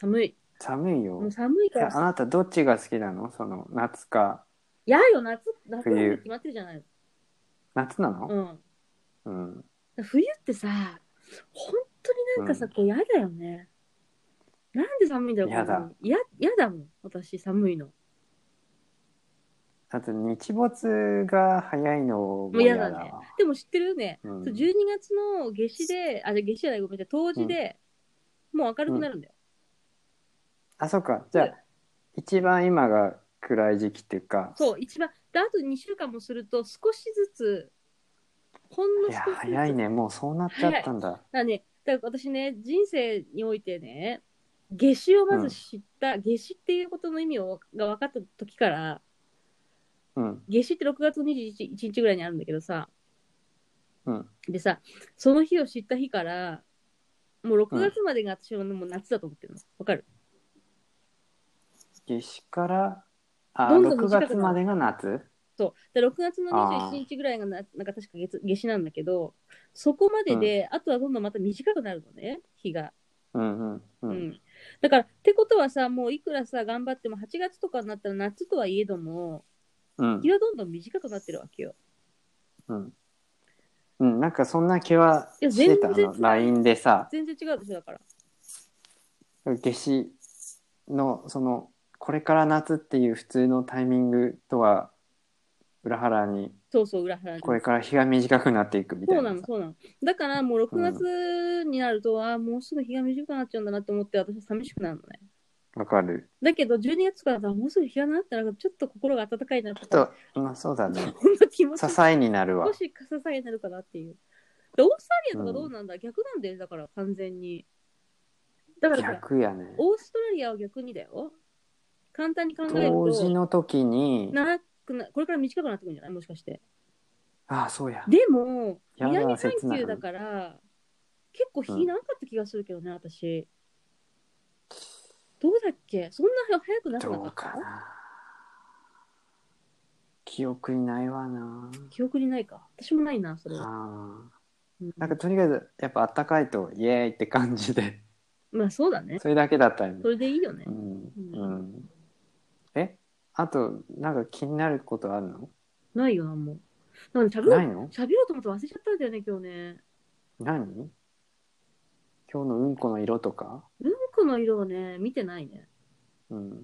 A: 寒い。
B: 寒いよ
A: もう寒い
B: え
A: か
B: あ
A: らさ
B: なたどっちが好きなのその夏か
A: いやよ、夏、夏なん
B: 冬
A: て決まってるじゃない
B: 夏なの
A: の。
B: うん
A: うん。冬ってさ、本当になんかさ、
B: うん
A: こう嫌だよね。なんで寒いんだろう、
B: 嫌だ
A: こんなの。いや、嫌だもん、私、寒いの。
B: あと日没が早いの
A: も
B: も
A: う嫌だ
B: 嫌だ
A: ね
B: わ。
A: でも知ってるよね、
B: うん
A: そう12月の夏至で、あ、じゃ夏至じゃない、ごめんなさい、冬至で、もう明るくなるんだよ。
B: あそっかじゃ
A: そう
B: あ一番今が暗い時期っていうか
A: そう、一番、で、あと2週間もすると、少しずつ、ほんの
B: い
A: 少し
B: や
A: ずつ。
B: 早いねもうそうなっちゃったんだ
A: だからね、だから私ね、人生においてね、夏至をまず知った、夏至っていうことの意味をが分かった時から、
B: うん
A: 夏至って6月21日ぐらいにあるんだけどさ、
B: うん
A: でさ、その日を知った日から、もう6月までが私はもう夏だと思ってるの。わかる
B: 夏至からあ
A: どんどん
B: 6
A: 短く
B: 月
A: なる
B: までが夏
A: そう。で6月の21日ぐらいがな、なんか確か月夏至なんだけど、そこまでで、あとはどんどんまた短くなるのね、日が。
B: うんうんう
A: うんん。だから、ってことはさ、もういくらさ、頑張っても8月とかになったら夏とはいえども、
B: うん
A: 日はどんどん短くなってるわけよ。
B: うんうんなんかそんな気はしてたあ
A: いや全然
B: の LINE でさ
A: 全然違うでしょ、だから。
B: 夏至のそのこれから夏っていう普通のタイミングとは裏腹に
A: そうそう、裏腹に。
B: これから日が短くなっていくみた
A: そう
B: い
A: な
B: な
A: の、そうなの。だからもう6月になると、ああ、もうすぐ日が短くなっちゃうんだなって思って、私は寂しくなるのね。
B: わかる
A: だけど、12月からさ、もうすぐ日がなったら、ちょっと心が温かいなと
B: ち
A: か
B: ょっ、とまあそう
A: (laughs)
B: だね
A: ほんの気持ち
B: 支
A: が
B: えになるわ
A: 少し支えになるかなっていう。でオーストラリアとかどうなんだ、逆なんだよ、だから完全に。だからさ、
B: 逆やね
A: オーストラリアは逆にだよ。簡単に考える
B: 冬至
A: と、
B: の時に
A: 長くなこれから短くなってくるんじゃないもしかして。
B: ああそうや
A: でも、
B: やだ
A: 南半
B: 切ない
A: 球だから、結構日なかった気がするけどね、私。どうだっけそんな早くなくな
B: ど
A: か
B: う
A: った
B: かな記憶にないわな
A: 記憶にないか。私もないな、それは。
B: あー
A: うん
B: なんかとにかくやっぱあったかいとイエーイって感じで
A: まあそうだね。
B: それだけだったよ
A: そ
B: ね
A: れでいいよね
B: う。ん
A: う
B: うんえあとなんか気になることあるの
A: ないよ、なんも。なんか喋ろ、
B: ないうの
A: 喋ろうと思って忘れちゃったんだよね、今日ね。
B: 何今日のうんこの色とか
A: うんこの色をね、見てないね。
B: うん
A: う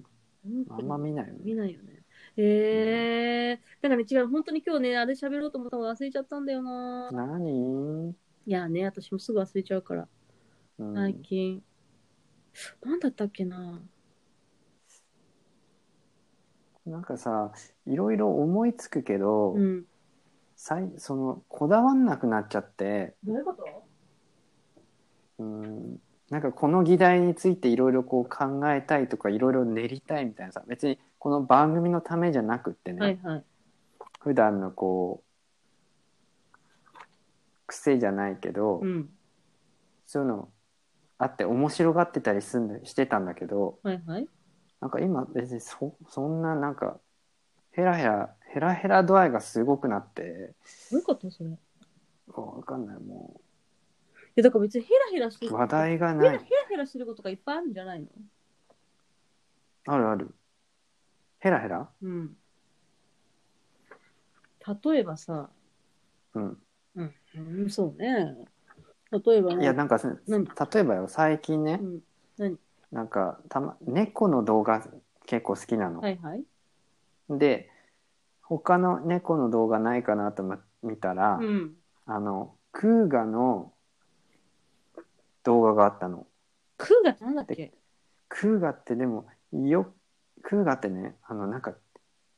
A: んこ
B: あんま見ないよね
A: 見ないよね。えー、だからね、違う、本当に今日ね、あれ喋ろうと思ったの忘れちゃったんだよな。
B: 何
A: いやね、私もすぐ忘れちゃうから。
B: うん
A: 最近。なんだったっけな
B: なんかさいろいろ思いつくけど、
A: うん。
B: さいそのこだわんなくなっちゃって
A: どういうこと
B: うんなんかこの議題についていろいろこう考えたいとかいろいろ練りたいみたいなさ別にこの番組のためじゃなくってね、
A: はいはい。
B: 普段のこう癖じゃないけど、
A: うん。
B: そういうのあって面白がってたりすんだしてたんだけど
A: はいはい。
B: なんか今別にそそんななんかヘラヘラヘラヘラ度合いがすごくなって
A: どういうことそれ。い
B: わかんないも
A: や、だから別にヘラヘラしてる
B: う
A: こと
B: 話題が
A: ヘラ
B: ない
A: ヘラヘラしてることがいっぱいあるんじゃないの
B: あるあるヘラヘラ
A: うん。例えばさ、
B: うん
A: うん、うん、そうね。例えば、
B: いやなんかさ
A: 何
B: 例えばよ最近ね、
A: うん、
B: なんかたま猫の動画結構好きなの、
A: はいはい。
B: で他の猫の動画ないかなと思見たら、
A: うん。
B: あのクーガの動画があったの
A: クーガってなんだっけ
B: クーガってでもよクーガってねあのなんか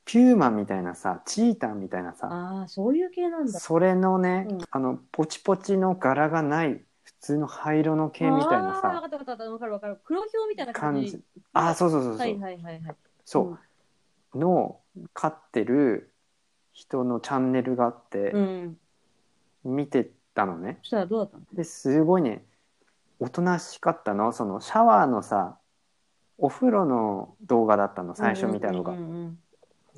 B: ピューマみたいなさチーターみたいなさ
A: ああ、そういう系なんだ。
B: それのね、
A: うん
B: あのポチポチの柄がない普通の灰色の毛みたいな
A: ああ、わ
B: さ
A: かったわかった。わかるわかる。黒ひみたいな感
B: 感
A: じ
B: じ。ああそうそうそうそう、
A: はいはいはいはい。
B: そう、の飼ってる人のチャンネルがあって
A: う、ん。
B: 見てたのね
A: そしたらどうだったの
B: ですごいねおとなしかったのそのシャワーのさお風呂の動画だったの最初見たのが、
A: うんうんうん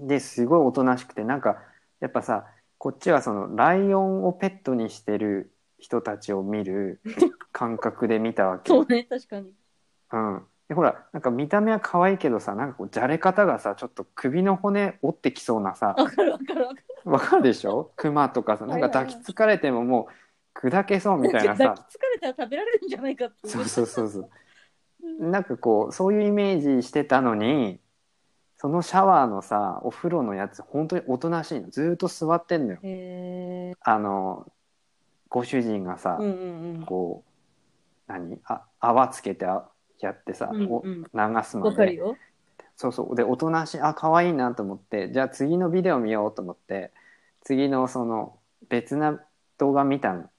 B: ですごいおとなしくてなんかやっぱさこっちはそのライオンをペットにしてる人たちを見
A: (laughs)
B: る感覚で見たわけ
A: そうね、確かに。
B: うん、でほらなんか見た目は可愛いけどさなんかこうじゃれ方がさちょっと首の骨折ってきそうなさ
A: わかるわかるわかる。
B: わかるでしょクマとかさなんか抱きつかれてももう砕けそうみたい
A: (laughs)
B: な
A: 抱
B: さ
A: きつかれたら食べられるんじゃないかってい
B: そうそうそうそう
A: うん。
B: なんかこうそういうイメージしてたのにそのシャワーのさお風呂のやつ本当におとなしいのずーっと座ってんのよ
A: へえ。
B: あのご主人がさ、
A: うんうんうん。
B: こう何あ泡つけてあやってさ、
A: うん
B: こ
A: う
B: うん流すま
A: わかる
B: で
A: よ。
B: そうそうでおとなしいあ可愛いなと思ってじゃあ次のビデオ見ようと思って次のその別な動画見たの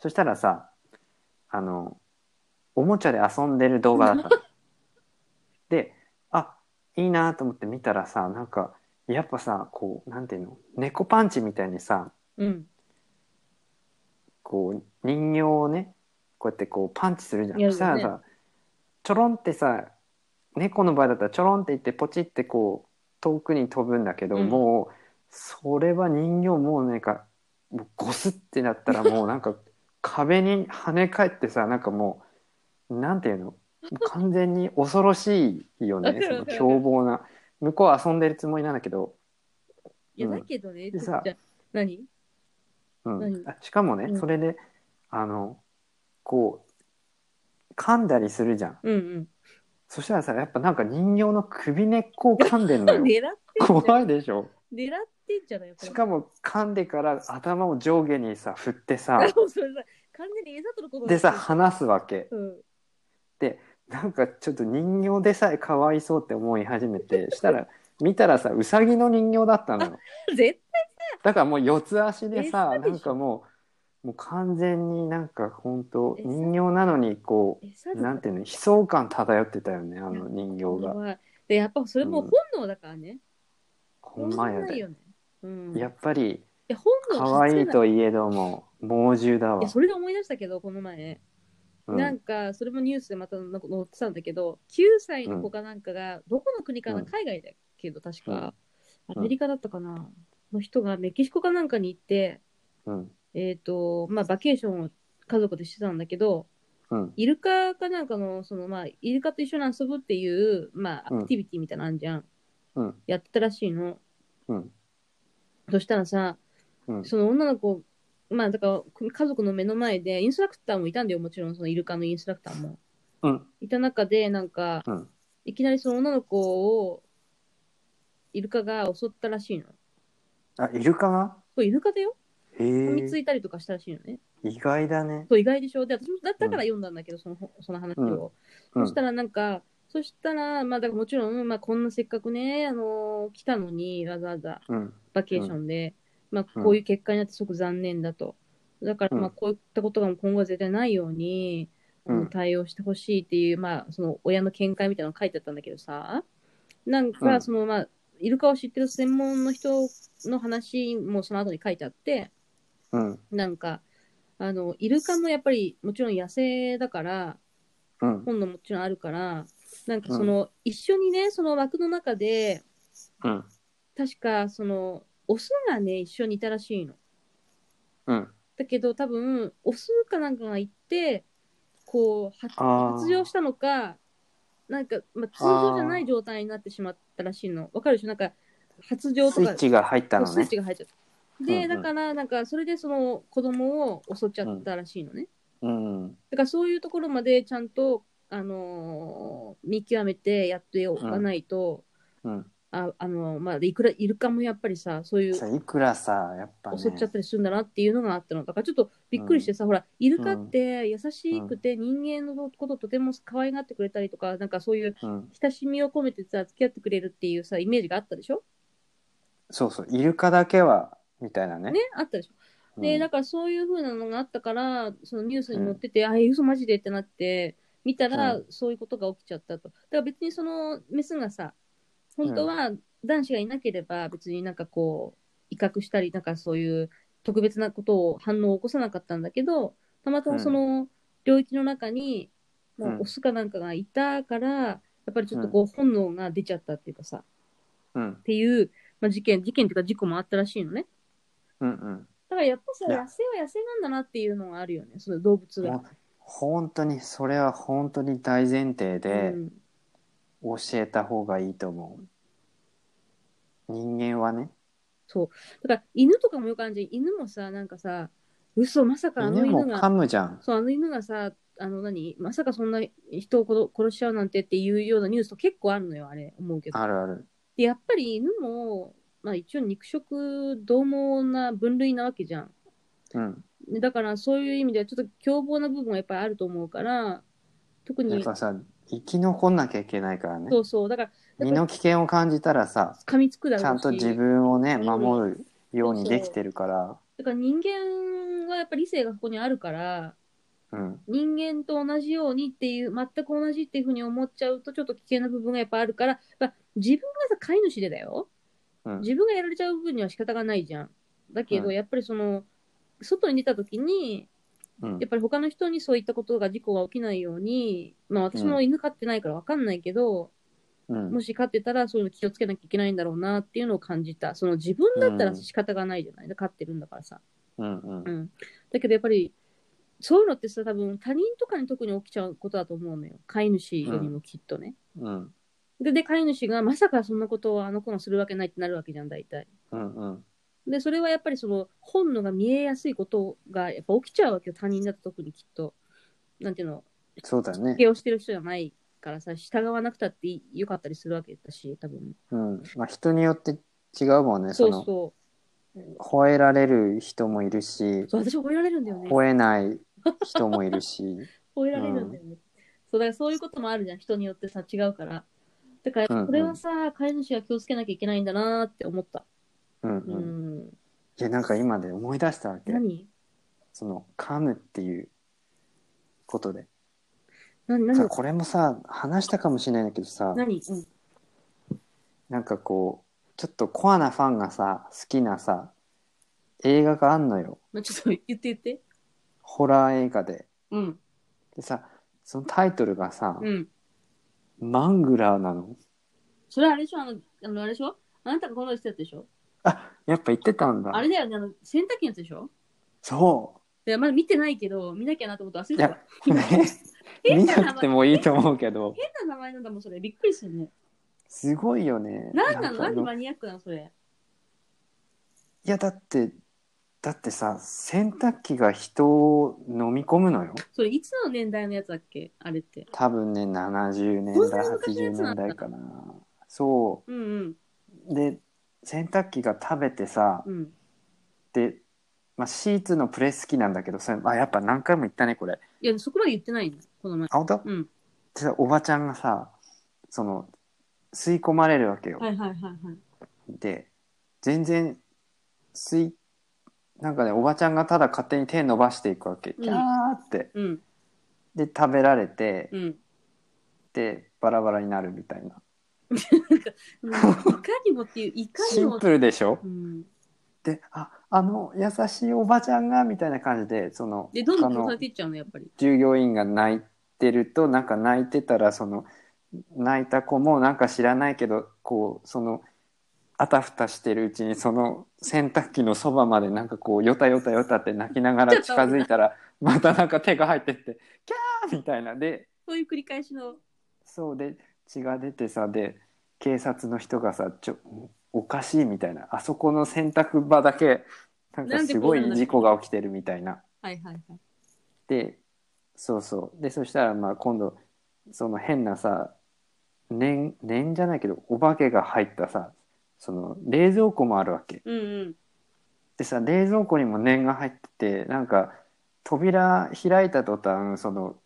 B: そしたらさあのおもちゃで遊んでる動画だったのであいいなと思って見たらさなんかやっぱさこうなんていうの猫パンチみたいにさ
A: うん。
B: こう人形をねこうやってこうパンチするじゃん、
A: やる
B: そした
A: よ
B: ら
A: ね
B: さちょろんってさ猫の場合だったらちょろんっていってポチってこう遠くに飛ぶんだけど、
A: うん
B: もうそれは人形もうなんかもうゴスってな
A: (laughs)
B: ったらもうなんか壁に跳ね返ってさなんかもうなんていうのもう完全に恐ろしいよ
A: (laughs) わ
B: ね
A: か
B: そ
A: る
B: の
A: わかる
B: 凶暴な向こうは遊んでるつもりなんだけど、
A: いや、
B: うん
A: だけどね、
B: で
A: ちょ
B: さ
A: っと、何
B: うん
A: 何、
B: あしかもね、
A: うん
B: それであのこう噛んだりするじゃん
A: うんうん。
B: そしたらさやっぱなんか人形の首根っこを噛んでんの
A: 狙っ
B: よ
A: (laughs) てんじゃん。
B: 怖いでしょ
A: 狙ってんじゃない
B: し
A: も。
B: かも噛んでから頭を上下にさ振ってさ
A: あ (laughs) もうそれさ、完全に餌とのことだ
B: でさ離すわけ
A: うん。
B: なんかちょっと人形でさえかわいそうって思い始
A: (laughs)
B: めてしたら見たらさうさぎの人形だったのよ
A: 絶
B: だからもう四つ足でさ
A: 餌でし
B: な
A: ょ
B: んかもうもう完全になんか本当
A: 餌
B: 人形なのにこう
A: 対、餌と
B: なんていうの悲壮感漂ってたよねあの人形が
A: 怖いで、やっぱそれもう本能だからね。
B: ほんまや
A: ない
B: で
A: よね。うん。
B: やっぱり
A: いや本能
B: 可
A: 気
B: 愛
A: づ
B: い
A: かな
B: といえども猛獣だ
A: いいや
B: わ
A: それで思い出したけど、この前、
B: うん
A: なんか、それもニュースでまたなんか載ってたんだけど、9歳の子かなんかが、どこの国かな、
B: うん
A: 海外だけど、確か、
B: うん
A: アメリカだったかな、の人がメキシコかなんかに行って、
B: うん
A: えっ、と、まあ、バケーションを家族でしてたんだけど、
B: うん
A: イルカかなんかの、その、まあ、イルカと一緒に遊ぶっていう、まあ、アクティビティみたいなのあんじゃん。
B: うん
A: やってたらしいの。
B: うん
A: そしたらさ、
B: うん
A: その女の子、まあ、だから、家族の目の前で、インストラクターもいたんだよ、もちろん、そのイルカのインストラクターも。
B: うん
A: いた中で、なんか、
B: うん
A: いきなりその女の子を、イルカが襲ったらしいの。
B: あイルカが
A: これイルカだよ
B: へ
A: 噛みつ
B: え
A: いたりとかしたらしいのね。
B: 意外だね
A: そう、意外でしょで、私もだだから読んだんだけど、その本、その話を。
B: うん
A: そしたら、なんか、そしたら、まあ、だからもちろん、まあ、こんなせっかくね、あのー来たのに、わざわざ、
B: うん
A: バケーションで、まあ、こういう結果になってすごく残念だと。だから、
B: うん
A: まあ、こういったことが今後は絶対ないように、あ
B: う
A: の
B: ん
A: 対応してほしいっていう、まあ、その親の見解みたいなの書いてあったんだけどさ、なん
B: う
A: か、
B: ん
A: その、まあ、イルカを知ってる専門の人の話もその後に書いてあって、
B: うん
A: なんか、あの、イルカもやっぱり、もちろん野生だから、
B: うん
A: 本能もちろんあるから、なんかその、一緒にね、その枠の中で、
B: うん
A: 確か、その、オスがね、一緒にいたらしいの。
B: うん
A: だけど多分オスかなんかが行ってこう発
B: あ
A: 発情
B: ー
A: したのかなんか、まあ、通常じゃない状態になってしまったらしいのわかるでしょなんか発情
B: ス
A: と
B: イ
A: か
B: ッチが入った
A: そうス
B: の
A: イッ
B: ね
A: チが入っちゃったで、
B: うんうん
A: だからなんかそれでその子供を襲っちゃったらしいのね、
B: うん
A: だからそういうところまでちゃんと、あのー見極めてやっておかないと、
B: うん
A: ああのーまあ、でいくらイルカもやっぱりさそういう
B: さいくらさやっぱ
A: 襲っ
B: ね
A: ちゃったりするんだなっていうのがあったのだからちょっとびっくりしてさ、ほらイルカって優しくて人間のこととても可愛がってくれたりとか、なんかそういう
B: うん
A: 親しみを込めてさ付き合ってくれるっていうさイメージがあったでしょ
B: そうそうイルカだけはみたいなね
A: ねあったでしょ、
B: うん
A: でだからそういう風なのがあったからそのニュースに載ってて、あえ嘘マジでってなって見たら、
B: う
A: そういうことが起きちゃったとだから別にそのメスがさ本当は男子がいなければ別になんかこう威嚇したりなんかそういう特別なことを反応を起こさなかったんだけどたまたまその領域の中に、
B: うん
A: もうオスかなんかがいたから、やっぱりちょっとこう本能が出ちゃったっていうかさ、っ
B: うん
A: ていう、まあ、事件事件っていうか事故もあったらしいのね
B: うんうん
A: だからやっぱさ
B: いや
A: 野生は野生なんだなっていうのがあるよねその動物
B: も
A: が
B: う。本当にそれは本当に大前提で
A: うん
B: 教えた方がいいと思う、人間はね
A: だから犬とかもよくあるじゃん犬もさなんかさ嘘まさかあの
B: 犬
A: 犬
B: も
A: が
B: 噛むじゃん
A: そう、あの犬がさ、あの何、まさかそんな人を殺殺しちゃうなんてっていうようなニュースと結構あるのよ、あれ、思うけど。
B: あるある
A: で、やっぱり犬も、まあ一応肉食獰猛な分類なわけじゃん。
B: うん
A: でだからそういう意味ではちょっと凶暴な部分がやっぱりあると思うから、特
B: やっ
A: に、
B: ぱさ生き残んなきゃいけないからね
A: そうそう、だから、
B: 身の危険を感じたらさ
A: 噛みつくだろう
B: ち
A: し。
B: ゃんと自分をね
A: うん
B: 守るように
A: そうそう
B: できてるから
A: だから人間はやっぱ理性がそこにあるから、
B: うん
A: 人間と同じようにっていう、全く同じっていうふうに思っちゃうと、ちょっと危険な部分がやっぱあるから、まあ、自分がさ、飼い主でだよ。
B: うん
A: 自分がやられちゃう分には仕方がないじゃん。だけど、
B: うん
A: やっぱりその、外に出た時に、
B: うん
A: やっぱり他の人にそういったことが、事故が起きないように、まあ私
B: う
A: も
B: ん
A: 犬飼ってないからわかんないけど、
B: うん
A: もし飼ってたらそういうの気をつけなきゃいけないんだろうなっていうのを感じた。その自分だったら仕方がないじゃない。飼ってるんだからさ。
B: うんうん
A: うん、だけどやっぱりそういうのってさ多分他人とかに特に起きちゃうことだと思うのよ飼い主よりもきっとね、
B: うん
A: でで飼い主がまさかそんなことをあの子がするわけないってなるわけじゃん大体
B: うんうん
A: でそれはやっぱりその本能が見えやすいことがやっぱ起きちゃうわけよ他人だと特にきっとなんていうの
B: そうだね
A: 付けをしてる人じゃないからさ従わなくたっていよかったりするわけだし多分
B: うんまあ人によって違うもんね
A: そ
B: そうの
A: そ
B: 吠えられる人もいるし
A: うそう私覚えられるんだよね
B: 吠えない人もいるし
A: (laughs) 覚えられるんだよね。そうだからそういうこともあるじゃん、人によってさ、違うから。だか
B: うんう
A: ら、
B: ん
A: これはさ、飼い主が気をつけなきゃいけないんだなーって思った。
B: うん
A: う
B: うん、
A: ん。
B: いやなんか今で思い出したわけ
A: 何
B: その噛むっていうことで
A: 何何
B: さこれもさ話したかもしれないんだけどさ
A: 何うん。
B: なんかこうちょっとコアなファンがさ好きなさ映画があんのよ
A: まあちょっと言って言って。
B: ホラー映画で
A: うん。
B: でさそのタイトルがさ、
A: うん。
B: マングラーなの
A: それあれでしょあの、あのあれでしょあなたがこの人やつでしょ
B: あやっぱ言ってたんだ
A: あれだよね、あの、洗濯機のやつでしょ
B: そ
A: いや、まだ見てないけど、見なきゃなと思って忘れ
B: うい
A: てた
B: や
A: わ。
B: 見
A: 変な名
B: なくて
A: 前、
B: もいいと思うけど
A: 変な名前なんだもん、それ。びっくりするね。
B: すごいよね
A: なんなの
B: かあ
A: なんでマニアックなの、それ。
B: いやだってだってさ洗濯機が人を飲み込むのよ
A: それ、いつの年代のやつだっけあれって。
B: 多分ね70年
A: そんな
B: 代
A: 昔のや
B: 80
A: つな
B: 年
A: んだ
B: 代かなそ
A: うんうん。
B: うで洗濯機が食べてさ
A: うん。
B: で、まあ、シーツのプレス機なんだけどそれあやっぱ何回も言ったねこれ
A: いや、そこまで言ってないの、この前。
B: あ本当で
A: うん。
B: さおばちゃんがさその吸い込まれるわけよ、
A: はいはいはいはい。
B: で全然吸いなんかねおばちゃんがただ勝手に手伸ばしていくわけ
A: うん
B: キャーって、
A: うん
B: で食べられて、
A: (laughs) うん。
B: でバラバラになるみたいな
A: うんいかにもっていう、いかに
B: シン
A: も。
B: プルでしょ
A: うん、
B: でああの優しいおばちゃんがみたいな感じでその
A: で、どんどん
B: 他
A: 殺さ
B: の
A: れていっちゃうの、やっぱり。
B: 従業員が泣いてるとなんか泣いてたらその泣いた子もなんか知らないけどこうそのあたふたしてるうちにその洗濯機のそばまでなんかこうよたよたよたって泣きながら近づいたらまたなんか手が入ってってキャーみたいなで
A: そういう繰り返しの。
B: そうで血が出てさで警察の人がさちょおかしいみたいなあそこの洗濯場だけなんかすごい事故が起きてるみたいな。
A: はいはいはい。
B: でそうそうでそしたらまあ今度その変なさ年年じゃないけどお化けが入ったさその冷蔵庫もあるわけ
A: うんうん。
B: でさ冷蔵庫にも年が入っててなんか扉開いた途端その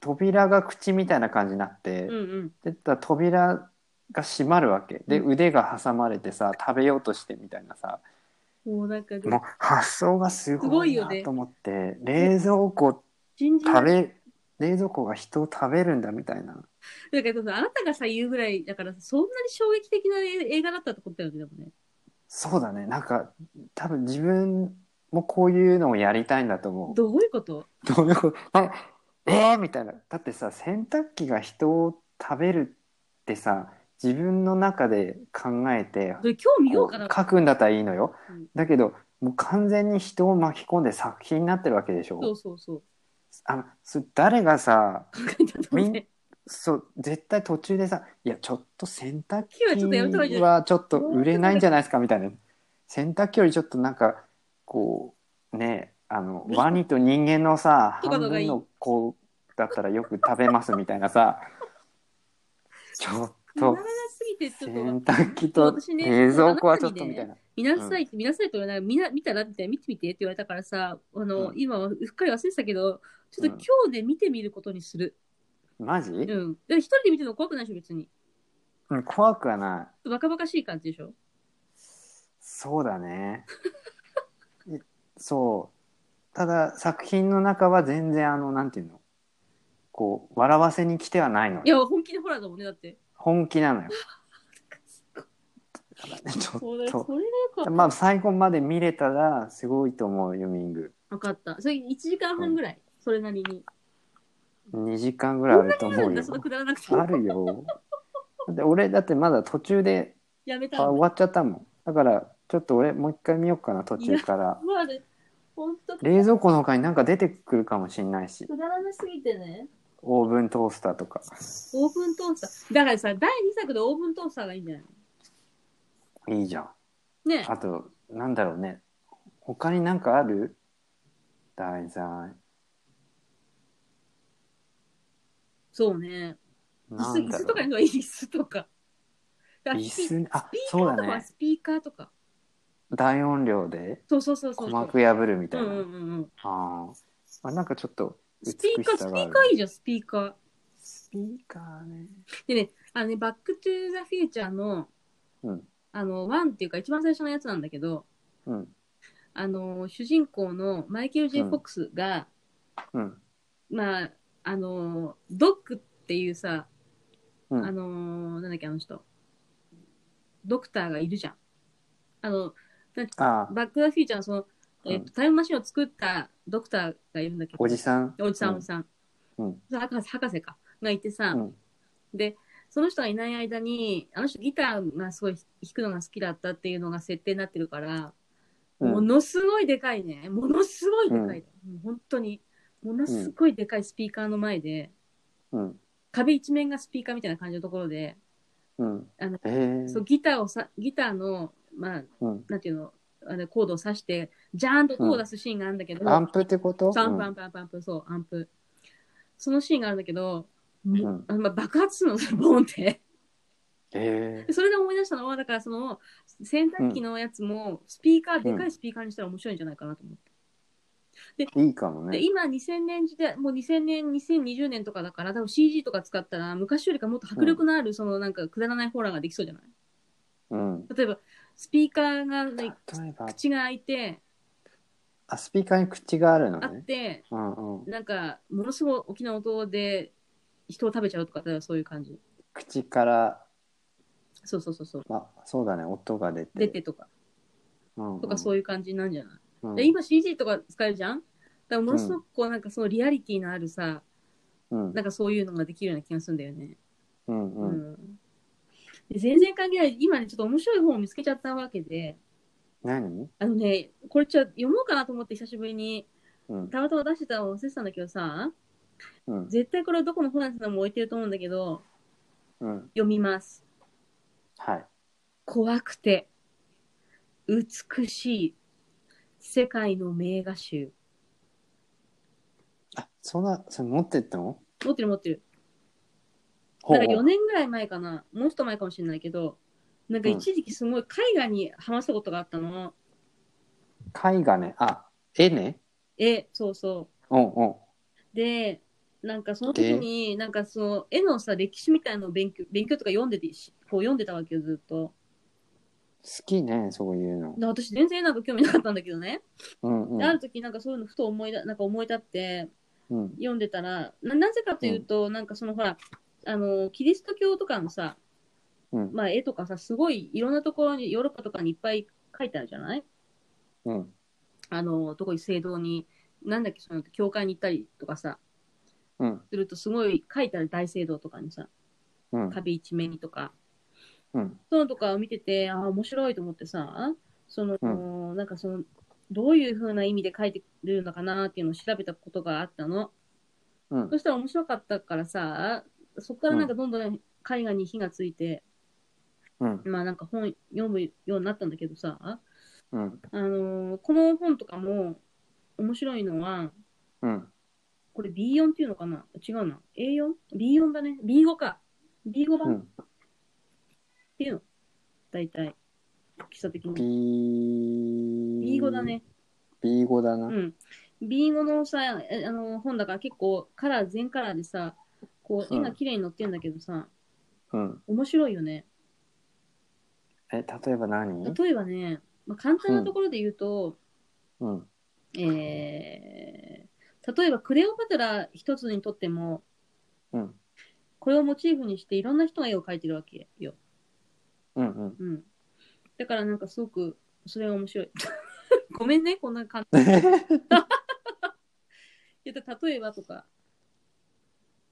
B: 扉が口みたいな感じになって、
A: うんうん。
B: でた扉が閉まるわけで
A: う
B: 腕が挟まれてさ食べようとしてみたいなさ
A: もうなんか、
B: もう発想がすごいなと思って、冷蔵庫
A: 信じら
B: 食
A: れ
B: べ冷蔵庫が人を食べるんだみたいな
A: だけどさ、あなたがさ、言うぐらい、だから、そんなに衝撃的な映画だったってことだよね、でもね。
B: そうだねなんか多分自分もこういうのをやりたいんだと思う
A: どういうこと
B: どういうことなえー、みたいなだってさ洗濯機が人を食べるってさ自分の中で考えて
A: それ今日見ようかな
B: こう。書くんだったらいいのよ、
A: うん
B: だけどもう完全に人を巻き込んで作品になってるわけでしょ
A: そうそうそう。
B: あのそ誰がさ
A: 考えたと
B: み
A: ね
B: ん。そう絶対途中でさ「いやちょっと洗濯機
A: 今日はちょっとやめた方がいいんじゃない
B: はちょっと売れないんじゃないですか」みたいな洗濯機よりちょっとなんかこうねあのワニと人間のさ
A: (laughs) と
B: 半
A: かのがい
B: 分
A: い
B: の子だったらよく食べますみたいな
A: (laughs)
B: さちょっと
A: 長すぎて、ちょっと
B: 洗、濯機と
A: 私ね
B: 冷蔵庫はちょっとみたいな。
A: 見なさいって、見なさいって言われない見な見たらみたいな見てみてって言われたからさあの、
B: うん
A: 今はうっかり忘れてたけどちょっと今日で見てみることにする
B: マジ、
A: うん、だから一人で見てるの怖くないでしょ別に
B: うん、怖くはない。
A: バカバカしい感じでしょ (laughs)
B: そうだね。いそう。ただ作品の中は全然あのなんていうのこう笑わせに来てはないのよ
A: いや、本気でホラーだもんね、だって。
B: 本気
A: (laughs)
B: なのよ
A: すごい
B: だからねち
A: そ
B: ょ
A: れ
B: っ
A: そ
B: と
A: れでよくわか
B: まあ最後まで見れたらすごいと思うよミング
A: わかった。それ1時間半ぐらい、それなりに。
B: 2時間ぐ
A: こ
B: らいあ
A: んな
B: ると
A: にあ
B: 思
A: る
B: うんよ
A: だ、そんなくだらなくて。
B: あるよだって俺だってまだ途中で
A: やめた
B: あ
A: の。
B: 終わっちゃったもんだからちょっと俺もう一回見ようかな途中から
A: まあ、で本当く
B: 冷蔵庫の他になんか出てくるかもしんないし
A: だらなすぎてね。
B: オーブントースターとか
A: オーブントースター。だからさ、第2作でオーブントースターがいいんじゃない
B: いいじゃん
A: のね
B: あとなんだろうね他になんかある題材
A: そうね。椅
B: な
A: 子
B: ん
A: 椅
B: だ
A: 子とか
B: ろ
A: には椅子とか。だか
B: う
A: ら
B: 椅
A: スピ
B: 子あ
A: スピ
B: そ
A: ー
B: う
A: カー
B: だ
A: とかは
B: ね
A: スピーカーとか。
B: 大音量で
A: そうそうそうそう。
B: 鼓膜破るみた
A: う
B: い
A: ん
B: な、
A: うんうんうん。
B: あーあなんかちょっと美
A: スピーカー、スピ
B: しさ
A: ー
B: がある
A: カーいいじゃん、スピーカー。
B: スピーカーね
A: でね、あのね、バックトゥーザフューチャーの、
B: うん
A: あの、ワンっていうか一番最初のやつなんだけど、
B: うん
A: あの、主人公のマイケル・ J ・
B: うん
A: フォックスが、
B: うん
A: まあ、あの、ドックっていうさ、
B: う
A: あ
B: ん
A: の、なんだっけ、あの人。ドクターがいるじゃん。あの、
B: あー
A: バック・ザ・フューチャーのその、えっ
B: うん
A: と、タイムマシンを作ったドクターがいるんだけど、
B: おじさん
A: おじさん、おじ
B: う
A: さん。
B: うん
A: 博士博士か。がいてさ、
B: んうん
A: で、その人がいない間に、あの人ギターがすごい弾くのが好きだったっていうのが設定になってるから、
B: うん
A: ものすごいでかいね。ものすごいでかい。もう本当に。ものすごいでかいスピーカーの前で、
B: うん
A: 壁一面がスピーカーみたいな感じのところで、
B: うん
A: あの
B: えー、
A: そうギターをさ、ギターの、まあ、
B: うん、
A: なんていうの、あのコードを刺して、ジャーンと音を出すシーンがあるんだけど、
B: アンプってこと
A: そうアンプ、アンプ、アンプ、アンプ、そう、アンプ。そのシーンがあるんだけど、もうあのまあ、爆発するの、それボーンって。
B: うん、えー、
A: それで思い出したのは、だからその洗濯機のやつも、スピーカー、でかいスピーカーにしたら面白いんじゃないかなと思って。
B: いいかも
A: で、
B: ね
A: 今2000年時代、もう2000年、2020年とかだから、多分 CG とか使ったら、昔よりかもっと迫力のある、そのなんかくだらないホラーができそうじゃない
B: うん
A: 例えば、スピーカーが、
B: 例
A: ね、
B: えば
A: 口が開いて、
B: あスピーカーに口があるの
A: あっ
B: ね
A: て、
B: うんうん
A: なんか、ものすごい大きな音で人を食べちゃうとか、例えばそういう感じ。
B: 口から
A: そうそうそうそう。
B: まあそうだね音が出て
A: 出てとか、
B: うんうん、
A: とかそういう感じなんじゃない
B: うん、
A: で今 CG とか使えるじゃんだからものすごくこうなんかそのリアリティのあるさ、
B: うん
A: なんかそういうのができるような気がするんだよね。
B: うん
A: う
B: うん
A: んで全然関係ない今ねちょっと面白い本を見つけちゃったわけで
B: 何
A: あのねこれちょっと読もうかなと思って久しぶりに
B: うん
A: たまたま出してたのを忘れてたんだけどさ
B: うん
A: 絶対これはどこの本屋さんでも置いてると思うんだけど
B: うん
A: 読みます。
B: はい
A: 怖くて美しい世界の名画集
B: あそんなそれ持ってっても
A: 持ってる持ってる
B: ほ
A: な
B: うん
A: か
B: ほ
A: 4
B: う
A: 年ぐらい前かな、もうちょっと前かもしれないけど、なんか一時期すごい絵画にハマったことがあったの。
B: 絵画ねあ絵ね
A: 絵、そうそ
B: うんうん
A: う。で、なんかその時に、なんかその絵のさ、歴史みたいなのを勉強、勉強とか読んでて、しこう読んでたわけよ、ずっと。
B: 好きねそういうの
A: で私全然絵なんか興味なかったんだけどね。
B: うんう
A: であ
B: ん
A: る時なんかそういうのふと思いだ、なんか思い立って
B: うん
A: 読んでたら、ななぜかというと、なんかそのほら、あの、キリスト教とかのさ、
B: うん
A: まあ絵とかさ、すごいいろんなところに、ヨーロッパとかにいっぱい描いてあるじゃない
B: うん
A: あの、どこに聖堂に、なんだっけ、その、教会に行ったりとかさ、
B: うん
A: するとすごい書いてある大聖堂とかにさ、
B: うん
A: 壁一面にとか、
B: うん
A: そういうのとかを見てて、ああ、面白いと思ってさ、その、
B: う
A: なんかその、どういう風な意味で書いてるのかなっていうのを調べたことがあったの。
B: うん
A: そしたら面白かったからさ、そっからなんかどんどん絵画に火がついて、
B: うん
A: まあなんか本読むようになったんだけどさ、
B: うん
A: あのこの本とかも面白いのは、
B: うん
A: これ B4 っていうのかな違うな。A4?B4 だね。B5 か。B5
B: う
A: 版っ
B: ん
A: ていうの。大体。基礎的に。
B: B
A: B5 だね。
B: B5 だ
A: う。
B: なん
A: B5 のさ、えあの本だから結構カラー、全カラーでさ、こう、絵
B: うん
A: が綺麗に載ってんだけどさ、
B: うん
A: 面白いよね。
B: え例えば何
A: 例えばね、まあ、簡単なところで言うと、
B: うん
A: えー例えばクレオパトラ一つにとっても、
B: うん
A: これをモチーフにしていろんな人が絵を描いてるわけよ。
B: うんうん
A: うん。だからなんかすごく、それは面白
B: (laughs)
A: い。ごめんね、こんな感じ。いやだ例えばとか、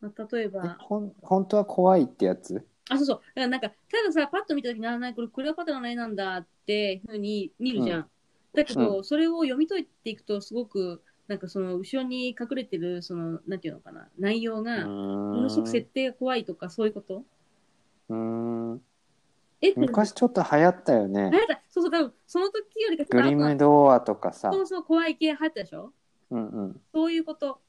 A: まあ、例えば、
B: ほん本当は怖いってやつ
A: あ、そうそう。だからなんか、たださ、パッと見たときに、あ、なんかこれクレオパトラの絵なんだっていうふうに見るじゃん。だけど、それを読み解いていくと、すごく、なんかその、後ろに隠れてる、その、なんていうのかな、内容
B: う
A: が、も
B: ー
A: のすごく設
B: ん
A: 定が怖いとか、そういうこと
B: うーん
A: えって、なんか
B: 昔ちょっと流行ったよね
A: そうそう、多分その時よりか、ちょ
B: グ
A: っと
B: リ
A: 後の
B: ムドアとかさ
A: そうそう、怖い系流行ったでしょ
B: うんうん
A: そういうこと。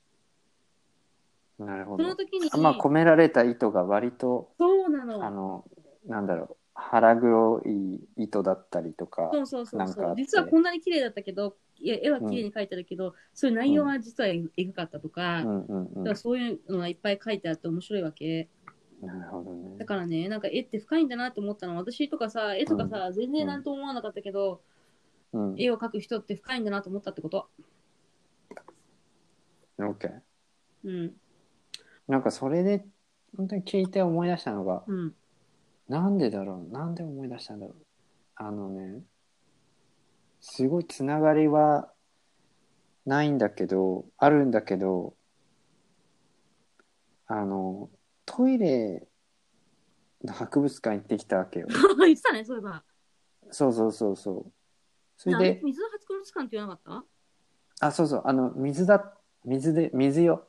B: なるほ
A: その
B: ど
A: 時に、
B: まあ込められた意図が割と
A: そうなの。
B: あのなんだろう腹黒い糸だったりとか
A: そうそうそう
B: なんかあ
A: そ
B: っ
A: う。
B: て
A: 実はこんなに綺麗だったけど、いや絵は綺麗に描いてあるけど、そういう内容は実はええぐかったとか、
B: うんうんう
A: だ
B: ん
A: からそういうのがいっぱい書いてあって面白いわけ。
B: なるほどね
A: だからね、なんか絵って深いんだなと思ったの。私とかさ、絵とかさ、全然なんとも思わなかったけど、
B: うん
A: 絵を描く人って深いんだなと思ったってこと。
B: OK
A: うん。
B: なんかそれで本当に聞いて思い出したのが
A: うん。 (laughs)
B: なんでだろうなんで思い出したんだろうあのねすごいつながりはないんだけどあるんだけどあのトイレの博物館行ってきたわけよ
A: 言ってたね、そういえば。
B: そうそうそうそうそ
A: な
B: れ
A: んで
B: で
A: 水の初コロ館って言わなかった
B: あそうそうあの水だ水で水よ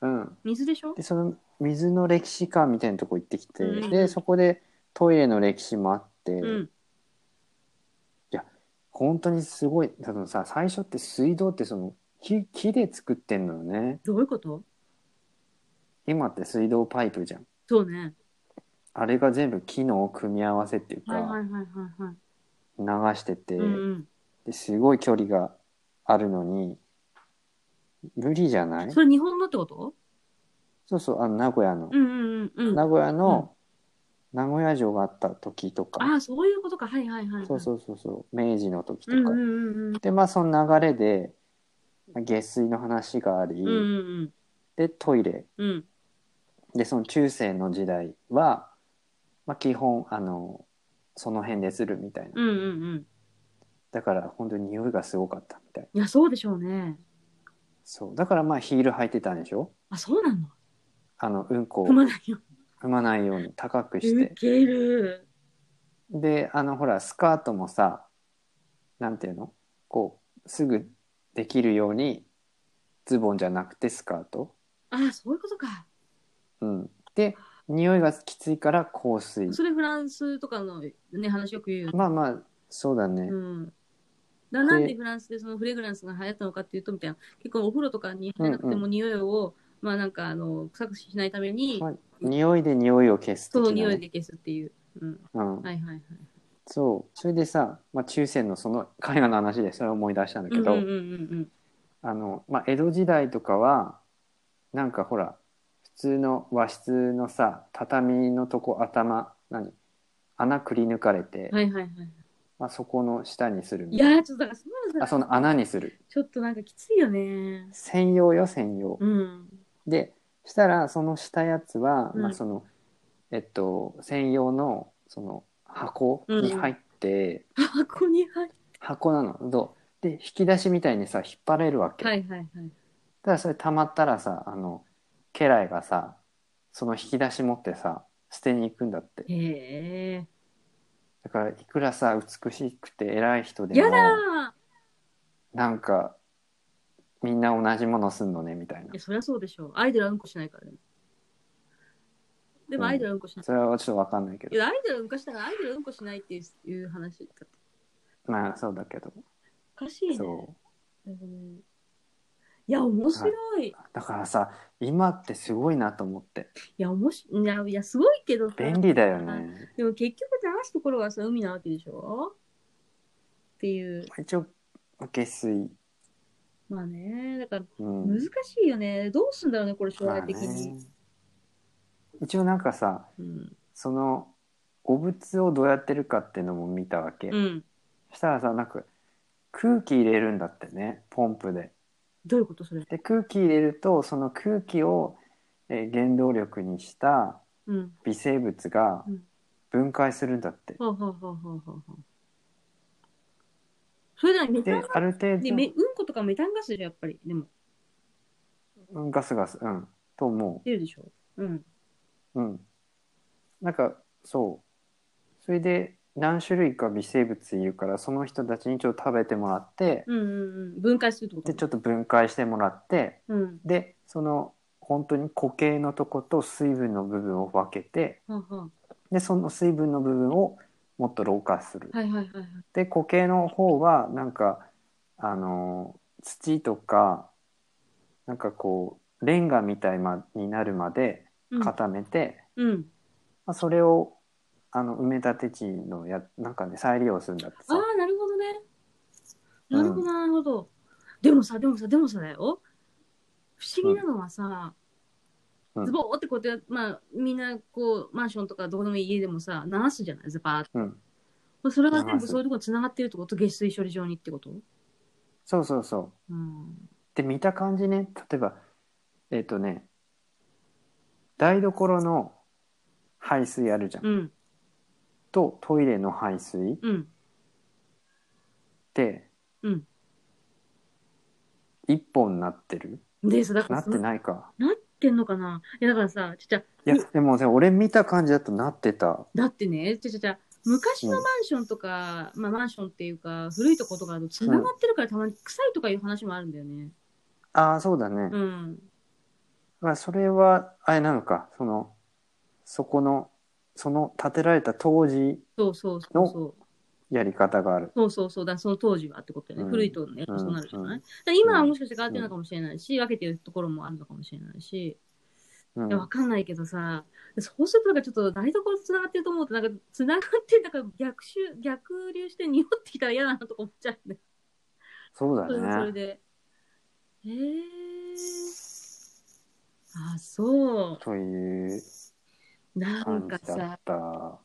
B: うん
A: 水でしょ
B: でその水の歴史館みたいなとこ行ってきて、
A: うん
B: でそこでトイレの歴史もあって、
A: うん。
B: 本当にすごいそのさ最初って水道ってその木木で作ってんのよね
A: どういうこと
B: 今って水道パイプじゃん
A: そうね。
B: あれが全部木の組み合わせっていうか、
A: はいはいはいはいはい。
B: 流してて、
A: うんうん。
B: ですごい距離があるのに無理じゃない
A: それ日本のってこと
B: そうそうあの名古屋の、
A: うんうんうんうん。
B: 名古屋の、名古屋城があった時とか、
A: ああ、そういうことか。はいはいはいはい。
B: そうそうそうそう明治の時と
A: う
B: か、
A: んうんうん
B: でまあその流れでまあ下水の話があり、
A: うん。うんうん
B: でトイレ
A: うん。うん。
B: でその中世の時代は、まあ、基本あのその辺でするみたいな、
A: うんうんうん。
B: だから本当に匂いがすごかったみたいない
A: や、そうでしょうね。
B: そうだからまあヒール履いてたんでしょ
A: あ、そうなの
B: あのうんこを
A: 踏まないよ。
B: 踏まないように高くし
A: ウ
B: て
A: ケる。
B: であのほらスカートもさなんていうのこうすぐできるようにズボンじゃなくてスカート、
A: ああ、そういうことか。
B: うん、で匂いがきついから香水
A: それフランスとかのね、話よく言うよね。
B: まあまあそうだね、
A: うん。だなんでフランスでそのフレグランスが流行ったのかっていうと、みたいな。結構お風呂とかに入らなくて
B: うん
A: も匂いを、まあなんかあの、臭くしないために
B: ま、あ匂いで匂いを消す的
A: そ
B: な
A: う、
B: ね
A: 匂いで消すっていう。うん。
B: うん、
A: はいはいはい。
B: そうそれでさ、まあ、中世のその絵画の話でそれを思い出したんだ
A: う
B: け
A: んうん
B: ど、
A: うんうん
B: あのまあ、江戸時代とかはなんかほら普通の和室のさ畳のとこ頭何穴くり抜かれて、
A: うん。はいはいはい。
B: まあ、そこの下にするみ
A: い
B: たいな
A: やー、ちょっとだから、そんな
B: あ
A: のさ、
B: その穴にする
A: ちょっとなんかきついよね。
B: 専用よ専用、
A: うん。
B: でしたらそのしたやつは、
A: うん
B: まあ、そのえっと専用のその箱に入って、
A: 箱に入って。
B: 箱なのどうで引き出しみたいにさ引っ張れるわけ、
A: はいはいはい。
B: ただそれ溜まったらさあの家来がさその引き出し持ってさ捨てに行くんだって
A: へ
B: だからいくらさ美しくて偉い人
A: え。
B: で
A: や
B: も
A: だー
B: なんかみんな同じものすんのねみたいない
A: や、そりゃそうでしょう。アイドルはうんこしないからね。でも
B: うん
A: アイドルはうんこしない。
B: それはちょっとわかんないけ
A: い
B: ど
A: や、アイドルは昔だからアイドルはうんこしないっていういう話だった。
B: まあそうだけど
A: おかしいね。
B: そう
A: うんいや、面白い。い
B: だからさ今ってすごいなと思って
A: や、おもしいや、いやすごいけどさ
B: 便利だよね
A: でも結局流すところはさ、海なわけでしょっていう。
B: 一応下水
A: まあね、だから
B: うん
A: 難しいよね。どうすんだろうね、これ、将
B: まあ
A: 来
B: ね
A: 的に。
B: 一応なんかさ
A: うん。
B: そのお仏をどうやってるかっていうのも見たわけ、
A: うん。
B: そしたらさなんか空気入れるんだってねポンプで。
A: どういうことそれ。
B: で空気入れるとその空気を、えー原動力にした
A: うん。
B: 微生物が
A: うん
B: 分解するんだって。
A: はあ、はあはあはあはあはあ、それならメタンガ
B: である程
A: スでめ、うん
B: 度
A: ことかメタンガスでしょ、やっぱり。でも、
B: うんガスガスうんと思
A: 出るでしょ。うん。
B: う。うん、なんかそうそれで何種類か微生物いるからその人たちにちょっと食べてもらって
A: うんうんうん。分解するってこと
B: でちょっと分解してもらって
A: うん。
B: でその本当に固形のとこと水分の部分を分けて
A: はあ、は
B: でその水分の部分をもっと老化する。
A: あ、はいはいはいはい。
B: で固形の方はなんかあの土とかなんかこうレンガみたいまになるまで
A: うん
B: 固めて、
A: うん。
B: まあ、それをあの埋め立て地のやなんかね再利用するんだって
A: あ
B: さ
A: あ、なるほどね。
B: う
A: な
B: ん
A: るほど、なるほど。でもさ、でもさ、でもさだよ。不思議なのはさ、
B: うん
A: ズボーってこうやって、まあ、みんな、こう、マンションとかどこでもいい家でもさ、流すじゃないズバーっ
B: うん
A: て。それが全
B: 流
A: 部
B: す
A: そういうところに繋がってるってこと下水処理場にってこと
B: そうそうそう
A: うん。
B: で見た感じね例えばえっ、とね台所の排水あるじゃん、
A: うん。
B: とトイレの排水っ
A: うん。
B: て
A: うん
B: 一本なってる
A: でさ、だか
B: な
A: ら
B: っ
A: そ
B: て
A: の、なっ
B: ないか
A: てんのかないや、だからさ、ちっちゃ、
B: いやでもね俺見た感じだとなってた
A: だってね、ちゃちゃちゃ、昔のマンションとか、まあマンションっていうか、古いところとかだと繋がってるからたまに臭いとかいう話もあるんだよね。
B: ああそうだね、
A: うん。
B: まあそれはあれなのかそのそこのその建てられた当時
A: そうそうそうそう。
B: やり方がある
A: そうそうそうだ、その当時はってことよね。
B: うん
A: 古いとね、そうなるじゃ
B: うん
A: な
B: う
A: い、
B: ん
A: だから今はもしかして変わってるのかもしれないし、分けてるところもあるのかもしれないし、
B: うん
A: いや、わかんないけどさ、そうするとなんかちょっと台所と繋がってると思うと、なんか繋がって、なんか逆襲、逆流して匂ってきたら嫌だなとか思っちゃうんだよ
B: そう
A: それでそ
B: だ
A: れ
B: ね
A: で。へえあ、そう。
B: という
A: なん
B: 感
A: か
B: じだ
A: さ
B: っ、た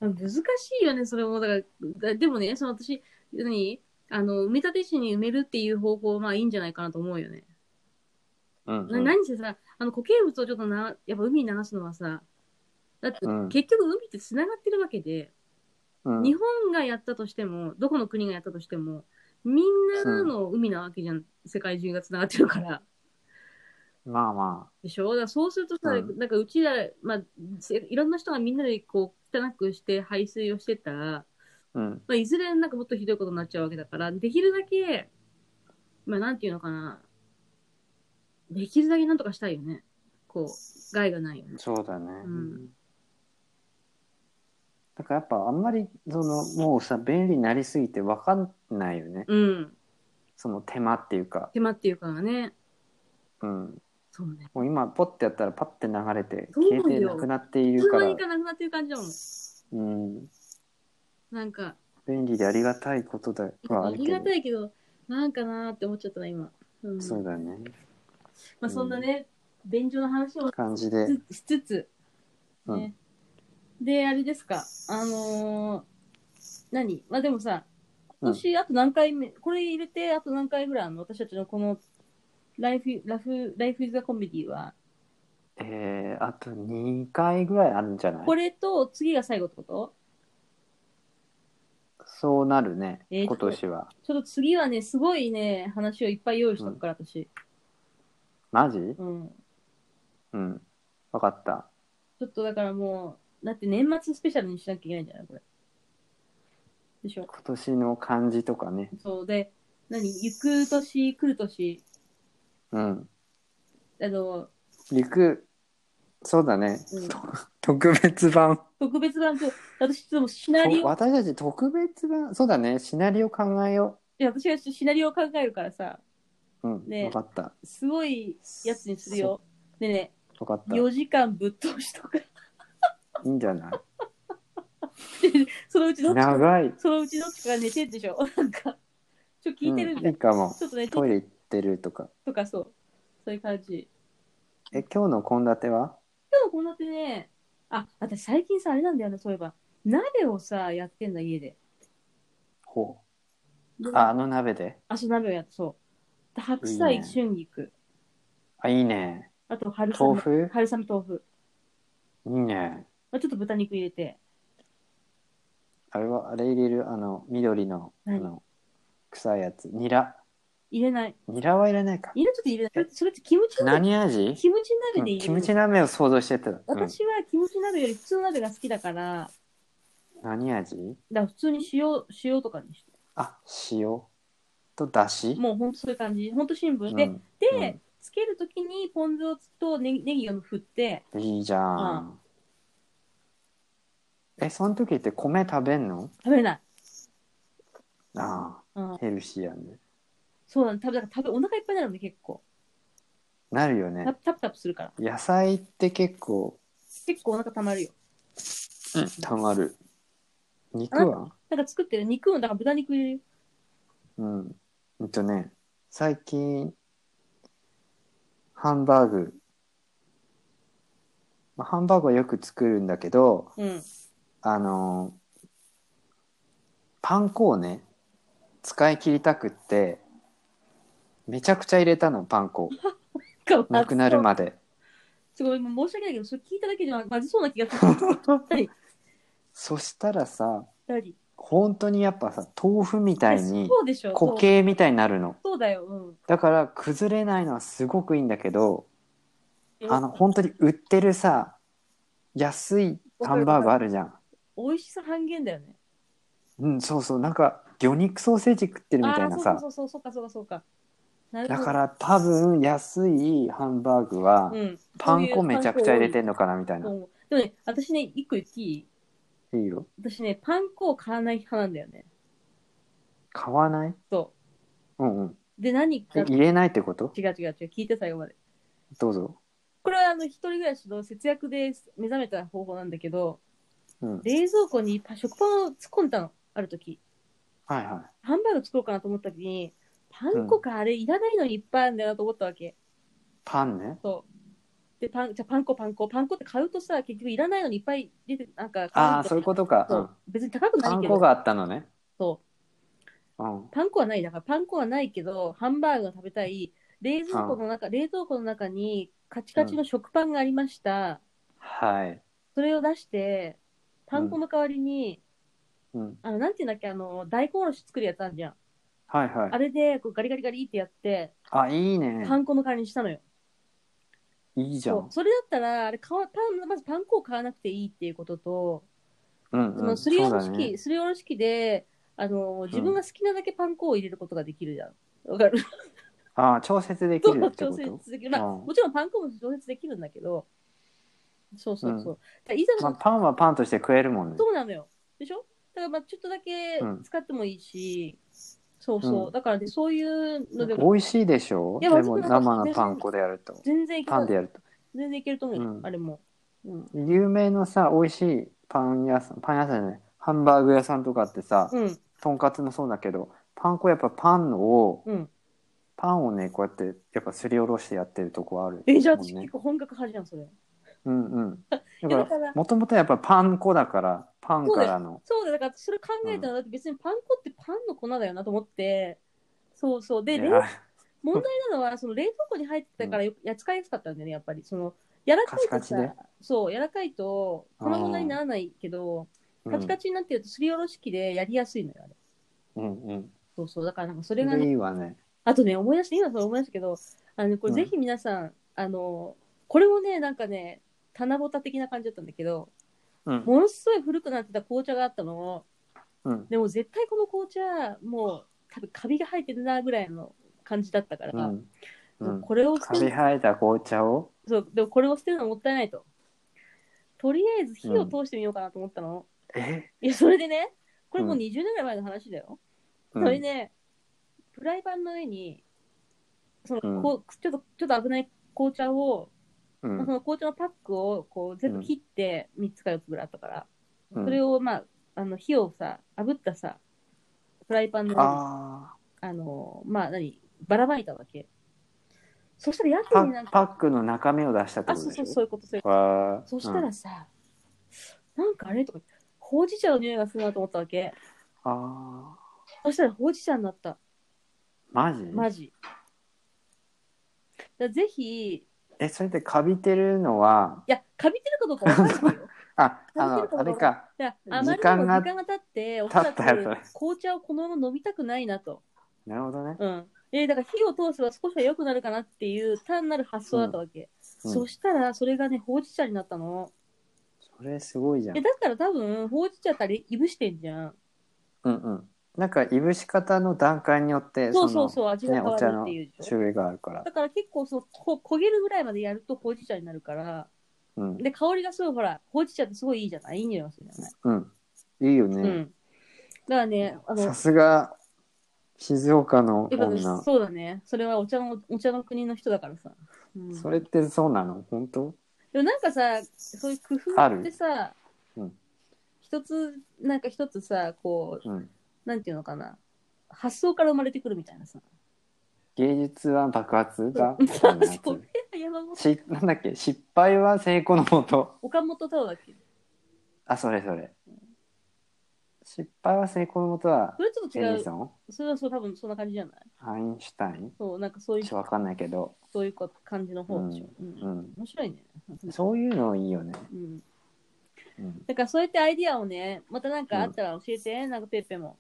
A: 難しいよね、それも。だから、だでもね、その私、何あの、埋め立て地に埋めるっていう方法、まあいいんじゃないかなと思うよね。
B: うん
A: な
B: うん
A: 何せさ、あの固形物をちょっとな、やっぱ海に流すのはさ、だって
B: うん
A: 結局海ってつながってるわけで、
B: うん
A: 日本がやったとしても、どこの国がやったとしても、みんなの海なわけじゃん、世界中がつながってるから。
B: まあま
A: でしょだからそうするとさ、
B: うん
A: なんかうちら、まあ、せいろんな人がみんなでこう汚くして排水をしてったら、
B: あうん
A: まあ、いずれなんかもっとひどいことになっちゃうわけだから、できるだけ、まあ、なんていうのかな、できるだけなんとかしたいよね。こう、害がないよね。
B: そうだね、
A: ん
B: だからやっぱあんまりそのもうさ便利になりすぎてわかんないよね
A: うん。
B: その手間っていうか、
A: 手間っていうかね。
B: うん、
A: そうね。
B: もう今ポッてやったらパッて流れて
A: そう
B: 消
A: よ
B: えてなくなってい
A: い
B: る
A: つ
B: か
A: の間
B: ら
A: にかなくなってる感じだもん。
B: うん、
A: なんか、
B: 便利でありがたいことだは
A: あ
B: ある
A: り
B: けど
A: がたいけど、なんかなーって思っちゃったな、今。うん、
B: そうだね
A: まあ、そんなね、便乗の話を
B: 感じで、
A: しつつ、
B: うん
A: ねで、あれですか、あのー何まあでもさ、
B: うん
A: 今年あと何回目、これ入れてあと何回ぐらいあんの私たちのこのライフ、ラフ、ライフイズザコメディは、
B: えー、あと2回ぐらいあるんじゃない
A: これと次が最後ってこと
B: そうなるね、
A: えー
B: 今年は
A: ちょっと次はね、すごいね、話をいっぱい用意しとくから、私。
B: マジ
A: うん。
B: うん分かった
A: ちょっとだからもう、だって年末スペシャルにしなきゃいけないんじゃないこれ。でしょ
B: 今年の漢字とかね
A: そうで、何行く年、来る年、
B: うん
A: あの、
B: 陸そうだね、
A: うん
B: 特別版
A: 特別版と、私、でもシナリオ、い
B: 私たち特別版そうだねシナリオ考えよ
A: や私がシナリオを考えるからさ、
B: ううん、
A: ね
B: 分かった
A: すごいやつにするよ。でね、
B: 分かった
A: 4時間ぶっ通しとか、 (laughs)
B: いいんじゃない
A: そのうちどっちか、
B: 長い
A: そのうちどっちかが寝てるでしょ。 (laughs) なんか、ちょっと聞いてるん
B: うん、
A: で、
B: いいかも
A: ちょっとね、
B: トイレ行ってるとか
A: とかそう、そういう感じ。
B: え今日の献立は
A: 今日のこんなってね、あ、私最近さ、あれなんだよね、そういえば。鍋をさ、やってんだ、家で。
B: ほ
A: で
B: ああの鍋で
A: 足鍋をやってそう。で白
B: いい
A: 菜、
B: ね
A: 春菊。
B: あいいね
A: あと春雨
B: 豆。腐
A: 春雨豆腐。
B: いいね
A: まあ、ちょっと豚肉入れて。
B: あれはあれ入れるあの緑のあ
A: 何
B: の臭いやつニラ
A: 入れない。
B: ニラは入れないか
A: 入れちょっと入れない。それってそれってキムチ鍋
B: 何味
A: キムチ
B: うん
A: 鍋で入れる、
B: キムチ鍋を想像してた、うん、
A: 私はキムチ鍋より普通の鍋が好きだから、
B: 何味
A: だから普通に塩、塩とかにして。
B: あ塩とだし
A: もうほんとそういう感じ。ほんとシンプル。
B: う
A: で、
B: ん
A: で、つけるときにポン酢をとネギネギを振って、
B: うんいいじゃん、えその時って米食べんの
A: 食べれない。
B: あ
A: うん
B: あ、ヘルシーやね
A: そうなの。食べ、だから食べ、お腹いっぱいになるので結構。
B: なるよ
A: タ
B: ね
A: プタプタプするから。
B: 野菜って結構、
A: 結構お腹たまるよ。
B: たまる肉は
A: なんか作ってる肉を、だから豚肉入れるよ。
B: うんえっとね最近ハンバーグ、まあ、ハンバーグはよく作るんだけど
A: うん。
B: あのーパン粉をね使い切りたくってめちゃくちゃ入れたのパ
A: (laughs)
B: ン粉
A: かわい
B: なくなるまで
A: すごい、もう申し訳ないけど、それ聞いただけじゃまずそうな気がす
B: (laughs)
A: る。はい
B: そしたらさ
A: 二人
B: 本当にやっぱさ豆腐みたいに
A: そうでしょ。
B: 固形みたいになるの
A: そうそうだよ。うん。
B: だから崩れないのはすごくいいんだけど
A: え
B: あの本当に売ってるさ安いハンバーグあるじゃん
A: 美味しさ半減だよね。
B: うんそうそうなんか魚肉ソーセージ食ってるみ
A: あ
B: たい
A: あ
B: な
A: ー、
B: さ
A: そうそうそうそうかそうかそうか。なる
B: だ
A: ほど。
B: から多分安いハンバーグは
A: うん、
B: パン粉めちゃくちゃ入れてんのかなみたい
A: そ
B: な
A: ういうパン粉多いと思うでもね、私ね、一個言っていい
B: いいよ
A: 私ね、パン粉を買わない派なんだよね。
B: 買わない
A: そ
B: うんうん
A: う。で、何か、違
B: え
A: う
B: 入れないってこと
A: 違う違う、聞いて最後まで。
B: どうぞ
A: これはあの、一人暮らしの節約で目覚めた方法なんだけど、
B: うん
A: 冷蔵庫にパ食パンを突っ込んだの、ある時。
B: はいは
A: ハンバーグ作ろうかなと思った時に、パン粉かあれいらないのにいっぱいあるんだよなと思ったわけ。
B: パンね
A: そう。で、パン、じゃあパン粉、パン粉、パン粉って買うとさ、結局いらないのにいっぱい出て、なんか、
B: ああそういうことか、、
A: そううん別に高くな
B: パ
A: い
B: ン
A: け
B: 粉
A: ど、
B: があったのね
A: そう。
B: うん
A: パン粉はないだからパン粉はないけどハンバーグが食べたい冷蔵庫の中、冷蔵庫の中にカチカチの食パンがありました、
B: はい
A: それを出してパン粉の代わりに、
B: うん
A: あのなんていうんだっけあの大根おろし作るやつあるじゃん、
B: はいはい
A: あれでこうガリガリガリってやって
B: あいいね
A: パン粉の代わりにしたのよ、
B: いいじゃ
A: そうんそれだったらあれ買わパンまずパン粉を買わなくていいっていうことと、
B: うん
A: そうの
B: ん
A: す
B: そ
A: りお
B: う
A: ろ
B: だ
A: し
B: ね
A: 器すりおろし器であの自分が好きなだけパン粉を入れることができるじゃんわかる
B: ああ調節でき
A: そ
B: るっ
A: う
B: て
A: 調
B: こと
A: 節できる。まあ、
B: うん
A: もちろんパン粉も調節できるんだけど、そうそうそう。だからいざ
B: まあ、
A: の、
B: パンはパンとして食えるもんね
A: そうなのよ。でしょだからまあちょっとだけ
B: うん
A: 使ってもいいし、そうそう。
B: うん
A: だからね、そういうのでも
B: 美味しいでしょ
A: い
B: で
A: やまずく
B: も
A: なかった
B: 生のパン粉でやると
A: 全然いけ
B: パ
A: る
B: ンでやると
A: 全然いけると思うよ、
B: うん
A: あれも。うん。
B: 有名のさ美味しいパン屋さんパン屋さんじゃないハンバーグ屋さんとかってさ、
A: うん。
B: とんかつもそうだけどパン粉やっぱパンのを
A: うん。
B: パンをねこうやってやっぱすりおろしてやってるとこある
A: え、じゃあ
B: もん
A: 私
B: ね
A: 結構本格派じゃん、それ。
B: うんうんだ
A: い
B: か
A: やだ
B: ら
A: から、
B: もともとやっぱパン粉だからパンからの
A: そうだ、だからそれ考えたら、だって別にパン粉ってパンの粉だよなと思って、そうそう。で、
B: い
A: 冷
B: や
A: 問題なのは、その冷蔵庫に入ってたからよ、や使いやすかったんだよね、やっぱり。その、柔らかいとさ、
B: カチカチで
A: そう、柔らかいと、粉々にならないけど、
B: うん
A: カチカチになってると、すりおろし器でやりやすいのよ、あれ。
B: うんうん
A: そうそう、だからなんかそ
B: そ
A: れが
B: れ
A: ね、
B: いいわね
A: あとね、思い出して、今それ思い出したけど、あのね、これ
B: うん
A: ぜひ皆さん、あの、これもね、なんかね、棚ぼた的な感じだったんだけど、
B: うん
A: ものすごい古くなってた紅茶があったの。
B: うん
A: でも絶対この紅茶、もう、多分カビが生えてるなぐらいの感じだったから、
B: うんうん
A: これを捨
B: カ
A: て
B: ビ生えた紅茶を
A: そう、でもこれを捨てるのもったいないと。とりあえず火を通してみようかなと思ったの。
B: え、
A: いや、それでね、これもう
B: うん
A: 20年ぐらい前の話だよ。
B: うん
A: それで、フライパンの上に、その
B: うん
A: こうちょっとちょっと危ない紅茶を、
B: う
A: まあそ
B: ん
A: の紅茶のパックをこう全部切って、3つか4つぐらいあったから、
B: うん
A: それを、まあ、あの火をさ、炙ったさ、フライパンの上にあ
B: あ
A: の、まあ何、ばらまいたわけ。そしたらや
B: ー
A: け
B: パ
A: になん
B: パ
A: か、
B: ックの中身を出したって
A: あ、
B: こと
A: そう
B: でし
A: そ
B: ょ
A: う、そういうこと、そういうこと。
B: わー
A: そしたらさ、なんかあれとか、ほうじ茶の匂いがするなと思ったわけ。
B: うんあ
A: そしたらほうじ茶になった。
B: マジ
A: マジ。だからぜひ、い
B: えそれでカビてるのは
A: や、カビてるかどうかわかんない
B: (laughs)
A: よ。
B: ああ
A: カビてるか
B: のあ
A: ど
B: れ
A: うか
B: か
A: だからあまりにも時
B: 時間が
A: 間が経って、おそらく
B: 経ったやつね
A: 紅茶をこのまま飲みたくないなと。
B: なるほどね、
A: うん。で、だから火を通せば少しは良くなるかなっていう単なる発想だったわけ。
B: うん、
A: そ
B: そ
A: したら、それがね、ほうじ茶になったの。
B: れすごいじゃん
A: え、だから多分、ほうじ茶ってあれ、いぶしてんじゃん。
B: うんうんなんかいぶし方の段階によって
A: そう
B: の
A: そうそう、味が
B: ね
A: 変わ
B: お
A: る
B: 茶
A: っ
B: の
A: ていうでしょ。
B: 種類があるから
A: だから結構そうこ、焦げるぐらいまでやるとほうじ茶になるから、
B: うん
A: で、香りがすごい、ほら、ほうじ茶ってすごいいいじゃないいい匂いがするじゃない、
B: うんいいよ
A: う
B: ね、
A: ん。だからね、あの、や
B: さすが静岡の
A: っぱ
B: 女
A: そうだね、それはお茶の、お茶の国の人だからさ。うん、
B: それってそうなの本当
A: でもなんかさ、そういう工
B: あ
A: 夫って
B: る
A: さ、
B: うん
A: 一つ、なんか一つさ、こう、
B: うん
A: なんていうのかな、発想から生まれてくるみたいなさ。
B: 芸術は爆発が
A: うん (laughs)
B: みたいなや
A: それ
B: つ
A: 山本、
B: しなんだっけ失敗は成功のもと
A: 岡本太郎だっけ
B: あそれそれ失敗は成功のもとは
A: それちょっと
B: エ
A: 違
B: ジ
A: う。
B: ソン
A: それはそう、多分そんな感じじゃない
B: アインシュタイン
A: そう、なんかそうい
B: ちょ
A: う
B: っとわかんないけど、
A: そういうこ感じの方でしょ。うん
B: うん、
A: 面白いね。
B: そういうのいいよね、
A: うん、
B: うん、
A: だからそうやってアイディアをね、またなんかあったら教えて、なんかペッペも。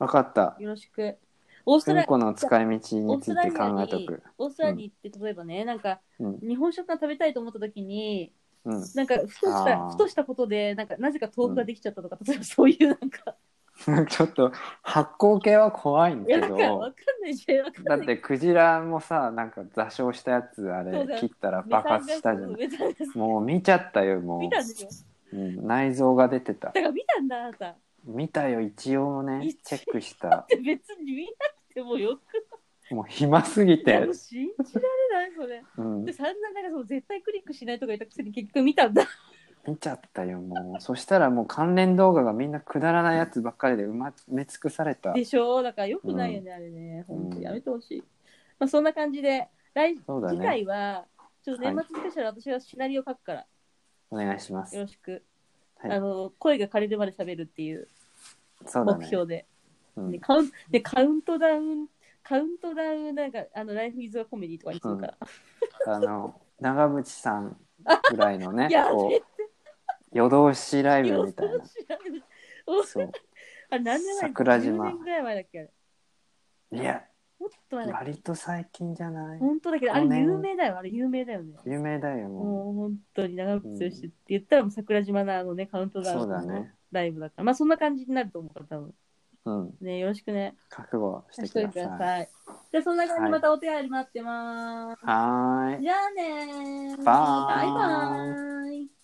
B: 分かった
A: よろしく。オーストラリ
B: 文
A: ア、
B: 庫の使い道につ
A: オー
B: い
A: ストラ
B: て
A: リア
B: 考えと
A: に
B: く、
A: オーストラリアに行って、例えばね、なんか
B: うん
A: 日本食が食べたいと思った時に、
B: うん、
A: なんかふとした
B: あ、ー
A: ふとしたことで、なんかなぜか豆腐ができちゃったとか、例えばそういうなんか、
B: (laughs) ちょっと発酵系は怖いん
A: いや
B: だけ
A: なんかわ
B: ど
A: かんないじゃん。わかん
B: だ
A: ない
B: っ。てクジラもさなんか座礁したやつあ
A: そうだ
B: れ
A: よ
B: 切ったら爆発したじゃない
A: メタンガス
B: もう見ちゃったよも
A: 見たんですよ。
B: う、うん、内臓が出てた
A: だから見たんだ、あなた。
B: 見たよ一応ね
A: 一応
B: チェックした
A: で別に見なくてもよく
B: もう暇すぎ
A: て
B: て
A: も、信じられない、それ。
B: うん
A: で、、散々なんかその絶対クリックしないとか言ったくせに結局見たんだ。
B: 見ちゃったよもうそしたらもう関連動画がみんなくだらないやつばっかりで埋まめ尽くされた
A: でしょだからよくないよね、あれね。本当
B: うん
A: やめてほしい。まあそんな感じで、来
B: そうだね
A: 次回は、ちょっと年末スペシャル、私はシナリオ書くから、
B: お願いします
A: よろしく。
B: はい
A: あの、声が枯れるまで喋るっていう
B: そうだ
A: 目
B: ね、
A: 標で。
B: うん
A: でカウンでカウントダウン、カウントダウン、なんか、あの、ライフイズはコメディとかにするから。
B: あの長渕さんぐら (laughs) いのね
A: やべ
B: こう夜通しライブ
A: よ
B: み (laughs) たいな
A: そう知らないお
B: そう
A: あ、何年前
B: 桜島
A: 10年ぐらい前だっけあれ
B: いや
A: もっと前だっけ
B: 割と最近じゃない
A: 本当だけど、あれ
B: 去年
A: 有名だよ、あれ有名だよね。
B: 有名だよも
A: もう本当に長渕剛って言ったらもう桜島のあのね、カウント
B: う
A: ダウ
B: そう
A: ン
B: だ
A: の
B: ね
A: ライブだから、まあそんな感じになると思うから、多分
B: うん
A: ね、よろしくね、
B: 覚悟し
A: してとい
B: く
A: てく
B: だ
A: だ
B: さ
A: さ
B: い
A: い。じゃあそんな感じで
B: はい
A: またお手入り待ってます。
B: はーい
A: じゃあねー
B: バイ
A: バイバーイ